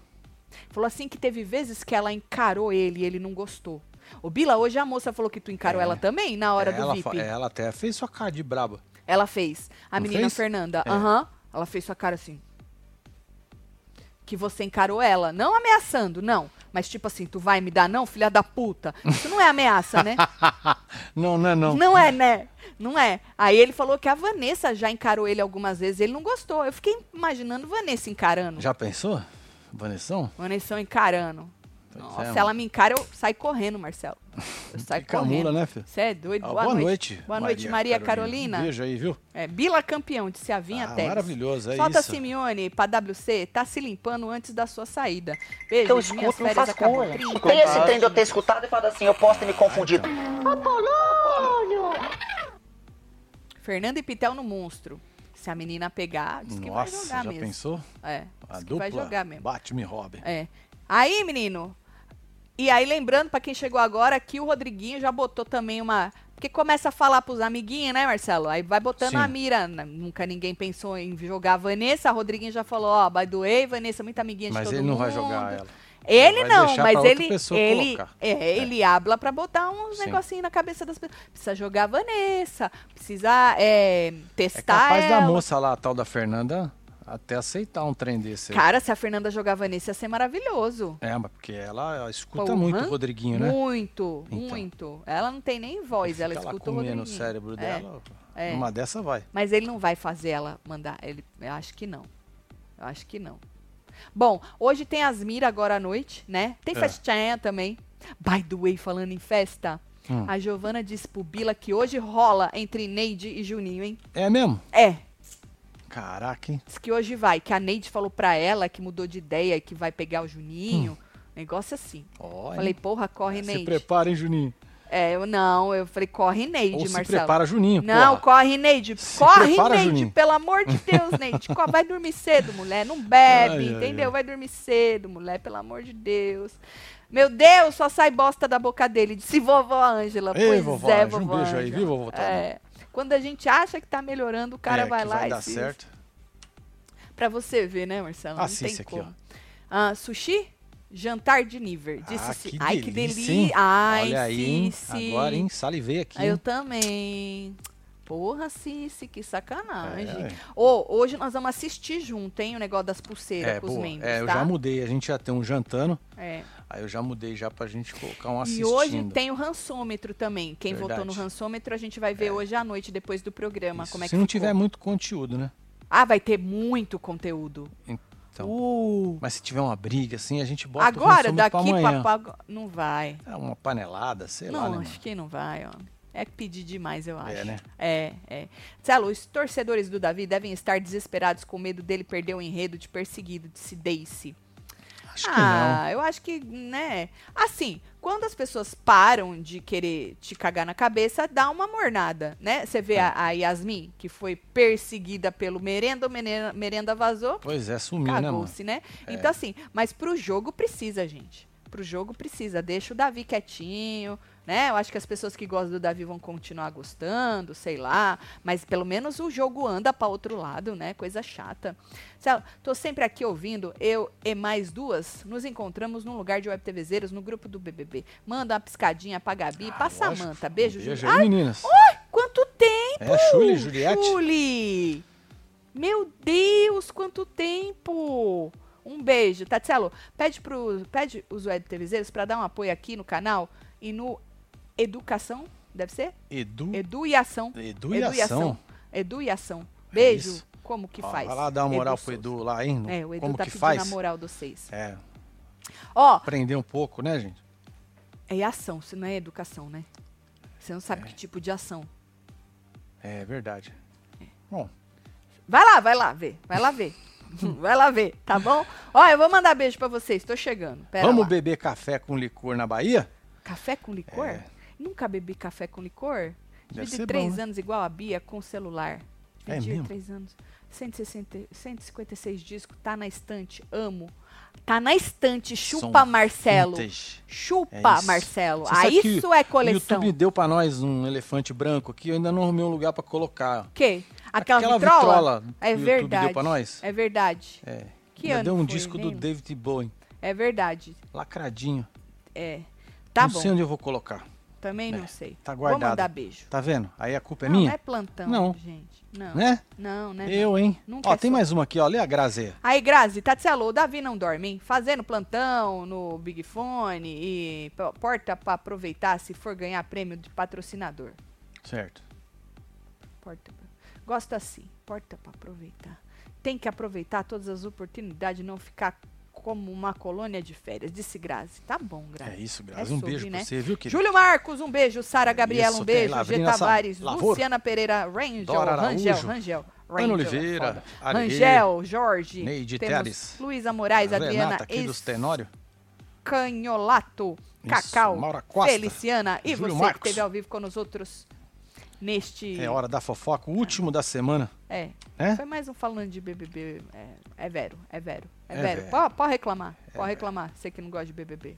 [SPEAKER 1] Falou assim que teve vezes que ela encarou ele e ele não gostou. O Bila, hoje a moça falou que tu encarou
[SPEAKER 2] É.
[SPEAKER 1] ela também na hora
[SPEAKER 2] É,
[SPEAKER 1] do
[SPEAKER 2] ela,
[SPEAKER 1] VIP.
[SPEAKER 2] fa- é, ela até fez sua cara de braba.
[SPEAKER 1] Ela fez. A
[SPEAKER 2] Não
[SPEAKER 1] menina
[SPEAKER 2] fez?
[SPEAKER 1] Fernanda.
[SPEAKER 2] É.
[SPEAKER 1] Aham. Ela fez sua cara assim. Que você encarou ela. Não ameaçando, não. Mas tipo assim, tu vai me dar não, filha da puta? Isso não é ameaça,
[SPEAKER 2] [laughs]
[SPEAKER 1] né?
[SPEAKER 2] não, não é não.
[SPEAKER 1] Não é, né? Não é. Aí ele falou que a Vanessa já encarou ele algumas vezes, ele não gostou. Eu fiquei imaginando Vanessa encarando.
[SPEAKER 2] Já pensou? Vanessão?
[SPEAKER 1] Vanessa encarando.
[SPEAKER 2] Pois
[SPEAKER 1] Nossa,
[SPEAKER 2] é,
[SPEAKER 1] se ela me encara, eu saio correndo, Marcelo. Eu saio
[SPEAKER 2] Que camula,
[SPEAKER 1] correndo.
[SPEAKER 2] né, filho?
[SPEAKER 1] Você é doido?
[SPEAKER 2] Ah,
[SPEAKER 1] boa, noite. Boa noite, Maria
[SPEAKER 2] Um
[SPEAKER 1] Carolina.
[SPEAKER 2] beijo aí, viu?
[SPEAKER 1] É, Bila campeão, disse a Vinha
[SPEAKER 2] Ah,
[SPEAKER 1] Tex.
[SPEAKER 2] maravilhoso, é
[SPEAKER 1] Solta
[SPEAKER 2] isso.
[SPEAKER 1] Simeone pra WC, tá se limpando antes da sua saída. Beijo,
[SPEAKER 7] eu
[SPEAKER 1] minhas
[SPEAKER 7] escuto, Então não
[SPEAKER 1] férias
[SPEAKER 7] faz
[SPEAKER 1] acabou.
[SPEAKER 7] cor.
[SPEAKER 1] Trinta.
[SPEAKER 7] Tem esse trem de eu ter escutado e falado assim, eu posso ter me confundido.
[SPEAKER 1] Fernando e Pitel no monstro. Se a menina pegar, diz que vai
[SPEAKER 2] Nossa,
[SPEAKER 1] jogar
[SPEAKER 2] já
[SPEAKER 1] mesmo.
[SPEAKER 2] pensou?
[SPEAKER 1] É,
[SPEAKER 2] A
[SPEAKER 1] diz que
[SPEAKER 2] dupla
[SPEAKER 1] vai jogar mesmo.
[SPEAKER 2] Batman e Robin.
[SPEAKER 1] É. Aí, menino. E aí, lembrando pra quem chegou agora, que o Rodriguinho já botou também uma. Porque começa a falar pros amiguinhos, né, Marcelo? Aí vai botando
[SPEAKER 2] Sim.
[SPEAKER 1] a mira. N- Nunca ninguém pensou em jogar a Vanessa. A Rodriguinho já falou, ó, by the way, Vanessa, muita amiguinha
[SPEAKER 2] Mas
[SPEAKER 1] de todo
[SPEAKER 2] ele não vai jogar
[SPEAKER 1] mundo.
[SPEAKER 2] ela.
[SPEAKER 1] Ele
[SPEAKER 2] Vai
[SPEAKER 1] não,
[SPEAKER 2] deixar
[SPEAKER 1] mas
[SPEAKER 2] pra outra
[SPEAKER 1] ele
[SPEAKER 2] pessoa
[SPEAKER 1] ele
[SPEAKER 2] colocar.
[SPEAKER 1] é, ele habla pra botar uns
[SPEAKER 2] Sim.
[SPEAKER 1] negocinhos na cabeça das pessoas. Precisa jogar a Vanessa, precisa é,
[SPEAKER 2] É
[SPEAKER 1] testar
[SPEAKER 2] capaz da
[SPEAKER 1] ela.
[SPEAKER 2] moça lá, a tal da Fernanda, até aceitar um trem desse. aí.
[SPEAKER 1] Cara, se a Fernanda jogar a Vanessa ia ser maravilhoso.
[SPEAKER 2] É, mas porque ela ela escuta
[SPEAKER 1] Porra.
[SPEAKER 2] muito o Rodriguinho, né?
[SPEAKER 1] Muito,
[SPEAKER 2] Então.
[SPEAKER 1] muito. Ela não tem nem voz, ela
[SPEAKER 2] Fica lá
[SPEAKER 1] escuta o
[SPEAKER 2] comendo
[SPEAKER 1] Rodriguinho.
[SPEAKER 2] o cérebro
[SPEAKER 1] É,
[SPEAKER 2] dela.
[SPEAKER 1] é.
[SPEAKER 2] Uma dessa vai.
[SPEAKER 1] Mas ele não vai fazer ela mandar. Ele, eu acho que não. Eu acho que não. Bom, hoje tem as mira agora à noite, né? Tem
[SPEAKER 2] É.
[SPEAKER 1] festinha também. By the way, falando em festa,
[SPEAKER 2] Hum.
[SPEAKER 1] a Giovana disse pro Bila que hoje rola entre Neide e Juninho, hein?
[SPEAKER 2] É mesmo?
[SPEAKER 1] É,
[SPEAKER 2] Caraca, hein?
[SPEAKER 1] diz que hoje vai. Que a Neide falou pra ela que mudou de ideia e que vai pegar o Juninho. Negócio assim.
[SPEAKER 2] Olha.
[SPEAKER 1] Falei, porra, corre,
[SPEAKER 2] Hum. É, se
[SPEAKER 1] Neide.
[SPEAKER 2] prepara, hein, Juninho?
[SPEAKER 1] É, eu não, eu falei, corre, Neide,
[SPEAKER 2] Ou se
[SPEAKER 1] Marcelo.
[SPEAKER 2] prepara, Juninho,
[SPEAKER 1] Não,
[SPEAKER 2] porra.
[SPEAKER 1] corre, Neide.
[SPEAKER 2] Se
[SPEAKER 1] Corre,
[SPEAKER 2] prepara,
[SPEAKER 1] Neide,
[SPEAKER 2] Juninho.
[SPEAKER 1] pelo amor de Deus, Neide. Co- Vai dormir cedo, mulher. Não bebe,
[SPEAKER 2] Ai, ai,
[SPEAKER 1] entendeu?
[SPEAKER 2] ai.
[SPEAKER 1] Vai dormir cedo, mulher, pelo amor de Deus. Meu Deus, só sai bosta da boca dele. Disse vovó Ângela.
[SPEAKER 2] Ei,
[SPEAKER 1] pois
[SPEAKER 2] vovó
[SPEAKER 1] é,
[SPEAKER 2] Ângela, um
[SPEAKER 1] vovó
[SPEAKER 2] beijo aí,
[SPEAKER 1] Ângela.
[SPEAKER 2] viu, vovó Thalma?
[SPEAKER 1] É. Quando a gente acha que tá melhorando, o cara
[SPEAKER 2] É,
[SPEAKER 1] vai
[SPEAKER 2] que
[SPEAKER 1] lá
[SPEAKER 2] Vai
[SPEAKER 1] e
[SPEAKER 2] dar
[SPEAKER 1] se-
[SPEAKER 2] certo.
[SPEAKER 1] Pra você ver, né, Marcelo?
[SPEAKER 2] Assiste
[SPEAKER 1] não tem
[SPEAKER 2] aqui,
[SPEAKER 1] como. Ah, sushi, jantar de nível. Disse
[SPEAKER 2] Ah,
[SPEAKER 1] sim.
[SPEAKER 2] que
[SPEAKER 1] Ai, que
[SPEAKER 2] delícia,
[SPEAKER 1] delícia.
[SPEAKER 2] hein?
[SPEAKER 1] Ai,
[SPEAKER 2] Olha aí, hein?
[SPEAKER 1] Cici.
[SPEAKER 2] Agora, hein? Salivei aqui.
[SPEAKER 1] Ah, Eu
[SPEAKER 2] hein?
[SPEAKER 1] também. Porra, Cici, que sacanagem.
[SPEAKER 2] É.
[SPEAKER 1] Ô, hoje nós vamos assistir junto, hein? O negócio das pulseiras
[SPEAKER 2] É,
[SPEAKER 1] com os
[SPEAKER 2] boa.
[SPEAKER 1] membros,
[SPEAKER 2] É, eu
[SPEAKER 1] tá?
[SPEAKER 2] já mudei. A gente já tem um jantando.
[SPEAKER 1] É.
[SPEAKER 2] Aí eu já mudei já pra gente colocar um
[SPEAKER 1] E
[SPEAKER 2] assistindo.
[SPEAKER 1] hoje tem o rançômetro também. Quem votou no
[SPEAKER 2] Verdade.
[SPEAKER 1] rançômetro, a gente vai ver hoje à noite, depois do programa,
[SPEAKER 2] Isso,
[SPEAKER 1] como é que
[SPEAKER 2] Se não
[SPEAKER 1] ficou.
[SPEAKER 2] tiver muito conteúdo, né?
[SPEAKER 1] Ah, vai ter muito conteúdo.
[SPEAKER 2] Então.
[SPEAKER 1] Uh,
[SPEAKER 2] Mas se tiver uma briga, assim, a gente bota o
[SPEAKER 1] agora,
[SPEAKER 2] rançômetro
[SPEAKER 1] daqui
[SPEAKER 2] pra
[SPEAKER 1] pra...
[SPEAKER 2] amanhã.
[SPEAKER 1] pra- Não vai.
[SPEAKER 2] É uma panelada, sei lá,
[SPEAKER 1] não,
[SPEAKER 2] né,
[SPEAKER 1] acho
[SPEAKER 2] mano?
[SPEAKER 1] que não vai, ó. É pedir demais, eu acho.
[SPEAKER 2] É, né?
[SPEAKER 1] É, é. Marcelo, os torcedores do Davi devem estar desesperados com medo dele perder o enredo de perseguido, disse Daisy.
[SPEAKER 2] Acho que não.
[SPEAKER 1] ah, eu acho que, né? Assim, quando as pessoas param de querer te cagar na cabeça, dá uma mornada, né? Você
[SPEAKER 2] É.
[SPEAKER 1] vê a, a Yasmin, que foi perseguida pelo Merenda, o Merenda, merenda vazou,
[SPEAKER 2] Pois é, sumiu, né, mano?
[SPEAKER 1] cagou-se, né? Então, assim, mas pro jogo precisa, gente. Pro jogo precisa. Deixa o Davi quietinho, né? Eu acho que as pessoas que gostam do Davi vão continuar gostando, sei lá. Mas pelo menos o jogo anda pra outro lado, né? Coisa chata. Céu, tô sempre aqui ouvindo. Eu e mais duas nos encontramos num lugar de web TVzeiros, no grupo do BBB. Manda uma piscadinha pra Gabi. passa
[SPEAKER 2] Ah, lógico. Um
[SPEAKER 1] a manta. Beijo, Ju.
[SPEAKER 2] Beijo aí,
[SPEAKER 1] Ai,
[SPEAKER 2] meninas.
[SPEAKER 1] quanto tempo!
[SPEAKER 2] É, Chuli e Juliette?
[SPEAKER 1] Chuli! Meu Deus, quanto tempo! Um beijo. Tatielo, pede, pro, pede os web televiseiros para dar um apoio aqui no canal e no Educação, deve ser?
[SPEAKER 2] Edu,
[SPEAKER 1] Edu e Ação.
[SPEAKER 2] Hum. Edu e Ação.
[SPEAKER 1] Edu e Ação.
[SPEAKER 2] É
[SPEAKER 1] Beijo.
[SPEAKER 2] isso.
[SPEAKER 1] Como que
[SPEAKER 2] Ó,
[SPEAKER 1] faz?
[SPEAKER 2] Vai lá dar uma moral pro
[SPEAKER 1] Souza.
[SPEAKER 2] Edu lá, hein? no-
[SPEAKER 1] É, o Edu
[SPEAKER 2] Como
[SPEAKER 1] tá
[SPEAKER 2] que
[SPEAKER 1] pedindo
[SPEAKER 2] faz?
[SPEAKER 1] a moral de vocês.
[SPEAKER 2] É,
[SPEAKER 1] Ó,
[SPEAKER 2] aprender um pouco, né, gente?
[SPEAKER 1] é ação, se não é educação, né? Você não sabe que tipo de ação.
[SPEAKER 2] É verdade. Bom,
[SPEAKER 1] Vai lá, vai lá ver, vai lá ver. [laughs] vai lá ver, tá bom? Ó, eu vou mandar beijo pra vocês, tô chegando. Pera
[SPEAKER 2] vamos
[SPEAKER 1] lá.
[SPEAKER 2] beber café com licor na Bahia?
[SPEAKER 1] Café com licor?
[SPEAKER 2] É.
[SPEAKER 1] Nunca bebi café com licor?
[SPEAKER 2] Deve
[SPEAKER 1] Dividi
[SPEAKER 2] ser
[SPEAKER 1] três
[SPEAKER 2] bom, né?
[SPEAKER 1] anos igual a Bia com celular.
[SPEAKER 2] É
[SPEAKER 1] Dividi
[SPEAKER 2] mesmo?
[SPEAKER 1] três anos. 160, 156 discos, tá na estante, amo. Tá na estante, chupa,
[SPEAKER 2] Som
[SPEAKER 1] Marcelo.
[SPEAKER 2] vintage. É
[SPEAKER 1] Chupa,
[SPEAKER 2] isso.
[SPEAKER 1] Marcelo.
[SPEAKER 2] Você
[SPEAKER 1] Ah,
[SPEAKER 2] sabe que
[SPEAKER 1] isso é
[SPEAKER 2] O
[SPEAKER 1] coleção.
[SPEAKER 2] YouTube deu pra nós um elefante branco aqui, eu ainda não arrumei um lugar pra colocar.
[SPEAKER 1] Quê? Aquela,
[SPEAKER 2] Aquela
[SPEAKER 1] vitrola?
[SPEAKER 2] vitrola
[SPEAKER 1] é
[SPEAKER 2] que o YouTube deu
[SPEAKER 1] verdade.
[SPEAKER 2] pra nós?
[SPEAKER 1] É verdade.
[SPEAKER 2] É.
[SPEAKER 1] Que
[SPEAKER 2] ainda
[SPEAKER 1] ano
[SPEAKER 2] deu um
[SPEAKER 1] foi,
[SPEAKER 2] disco do
[SPEAKER 1] nem-
[SPEAKER 2] David Bowie,
[SPEAKER 1] É verdade.
[SPEAKER 2] lacradinho.
[SPEAKER 1] É. Tá
[SPEAKER 2] não
[SPEAKER 1] bom.
[SPEAKER 2] sei onde eu vou colocar.
[SPEAKER 1] Também não sei.
[SPEAKER 2] Tá guardado.
[SPEAKER 1] Vou mandar beijo.
[SPEAKER 2] Tá vendo? Aí a culpa é
[SPEAKER 1] não,
[SPEAKER 2] minha?
[SPEAKER 1] não é plantão,
[SPEAKER 2] Não.
[SPEAKER 1] gente. Não.
[SPEAKER 2] Né?
[SPEAKER 1] Não, né?
[SPEAKER 2] Eu, hein?
[SPEAKER 1] Nunca
[SPEAKER 2] Ó,
[SPEAKER 1] é
[SPEAKER 2] tem
[SPEAKER 1] só.
[SPEAKER 2] mais uma aqui, ó. Lê a Grazeia.
[SPEAKER 1] Aí, Grazi, Tati alô, o Davi não dorme, hein? Fazendo plantão no Big Fone e p- porta pra aproveitar se for ganhar prêmio de patrocinador.
[SPEAKER 2] Certo.
[SPEAKER 1] Porta pra... Gosto assim, porta pra aproveitar. Tem que aproveitar todas as oportunidades, não ficar como uma colônia de férias. Disse Grazi. Tá bom, Grazi.
[SPEAKER 2] É isso,
[SPEAKER 1] É
[SPEAKER 2] Grazi. um
[SPEAKER 1] sobre,
[SPEAKER 2] beijo
[SPEAKER 1] né?
[SPEAKER 2] pra você, viu, querido?
[SPEAKER 1] Júlio Marcos, um beijo. Sara Gabriela,
[SPEAKER 2] Isso,
[SPEAKER 1] um
[SPEAKER 2] tem
[SPEAKER 1] beijo. G.
[SPEAKER 2] Lavrina Sa-
[SPEAKER 1] Tavares,
[SPEAKER 2] Lavoro.
[SPEAKER 1] Luciana Pereira, Rangel,
[SPEAKER 2] Dora
[SPEAKER 1] Rangel,
[SPEAKER 2] Araújo,
[SPEAKER 1] Rangel.
[SPEAKER 2] Ana
[SPEAKER 1] Rangel,
[SPEAKER 2] Oliveira,
[SPEAKER 1] é foda.
[SPEAKER 2] Arley,
[SPEAKER 1] Rangel, Jorge,
[SPEAKER 2] Neide
[SPEAKER 1] temos
[SPEAKER 2] Teles,
[SPEAKER 1] Luísa Moraes, Adriana,
[SPEAKER 2] Renata aqui dos Tenório.
[SPEAKER 1] Escanholato,
[SPEAKER 2] Isso,
[SPEAKER 1] Cacau,
[SPEAKER 2] Maura Costa,
[SPEAKER 1] Feliciana e
[SPEAKER 2] Júlio
[SPEAKER 1] você
[SPEAKER 2] Marcos.
[SPEAKER 1] que esteve ao vivo com nós outros neste...
[SPEAKER 2] É hora da fofoca, o último da semana.
[SPEAKER 1] É.
[SPEAKER 2] É?
[SPEAKER 1] Foi mais um falando de BBB. É, é vero, é vero, é,
[SPEAKER 2] É
[SPEAKER 1] vero.
[SPEAKER 2] vero.
[SPEAKER 1] Pode, pode reclamar, pode reclamar, você que não gosta de BBB.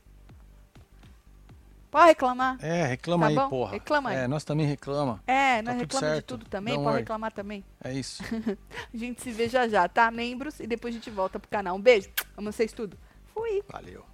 [SPEAKER 1] Pode reclamar.
[SPEAKER 2] É, reclama
[SPEAKER 1] Tá
[SPEAKER 2] aí,
[SPEAKER 1] bom,
[SPEAKER 2] porra.
[SPEAKER 1] reclama aí.
[SPEAKER 2] É, nós também reclama.
[SPEAKER 1] É,
[SPEAKER 2] Tá
[SPEAKER 1] nós
[SPEAKER 2] tudo
[SPEAKER 1] reclamamos de
[SPEAKER 2] certo,
[SPEAKER 1] tudo também,
[SPEAKER 2] don't
[SPEAKER 1] pode
[SPEAKER 2] worry.
[SPEAKER 1] reclamar também.
[SPEAKER 2] É isso. [laughs]
[SPEAKER 1] A gente se vê já já, tá? Membros, e depois a gente volta pro canal. Um beijo, amo vocês tudo. Fui!
[SPEAKER 2] Valeu.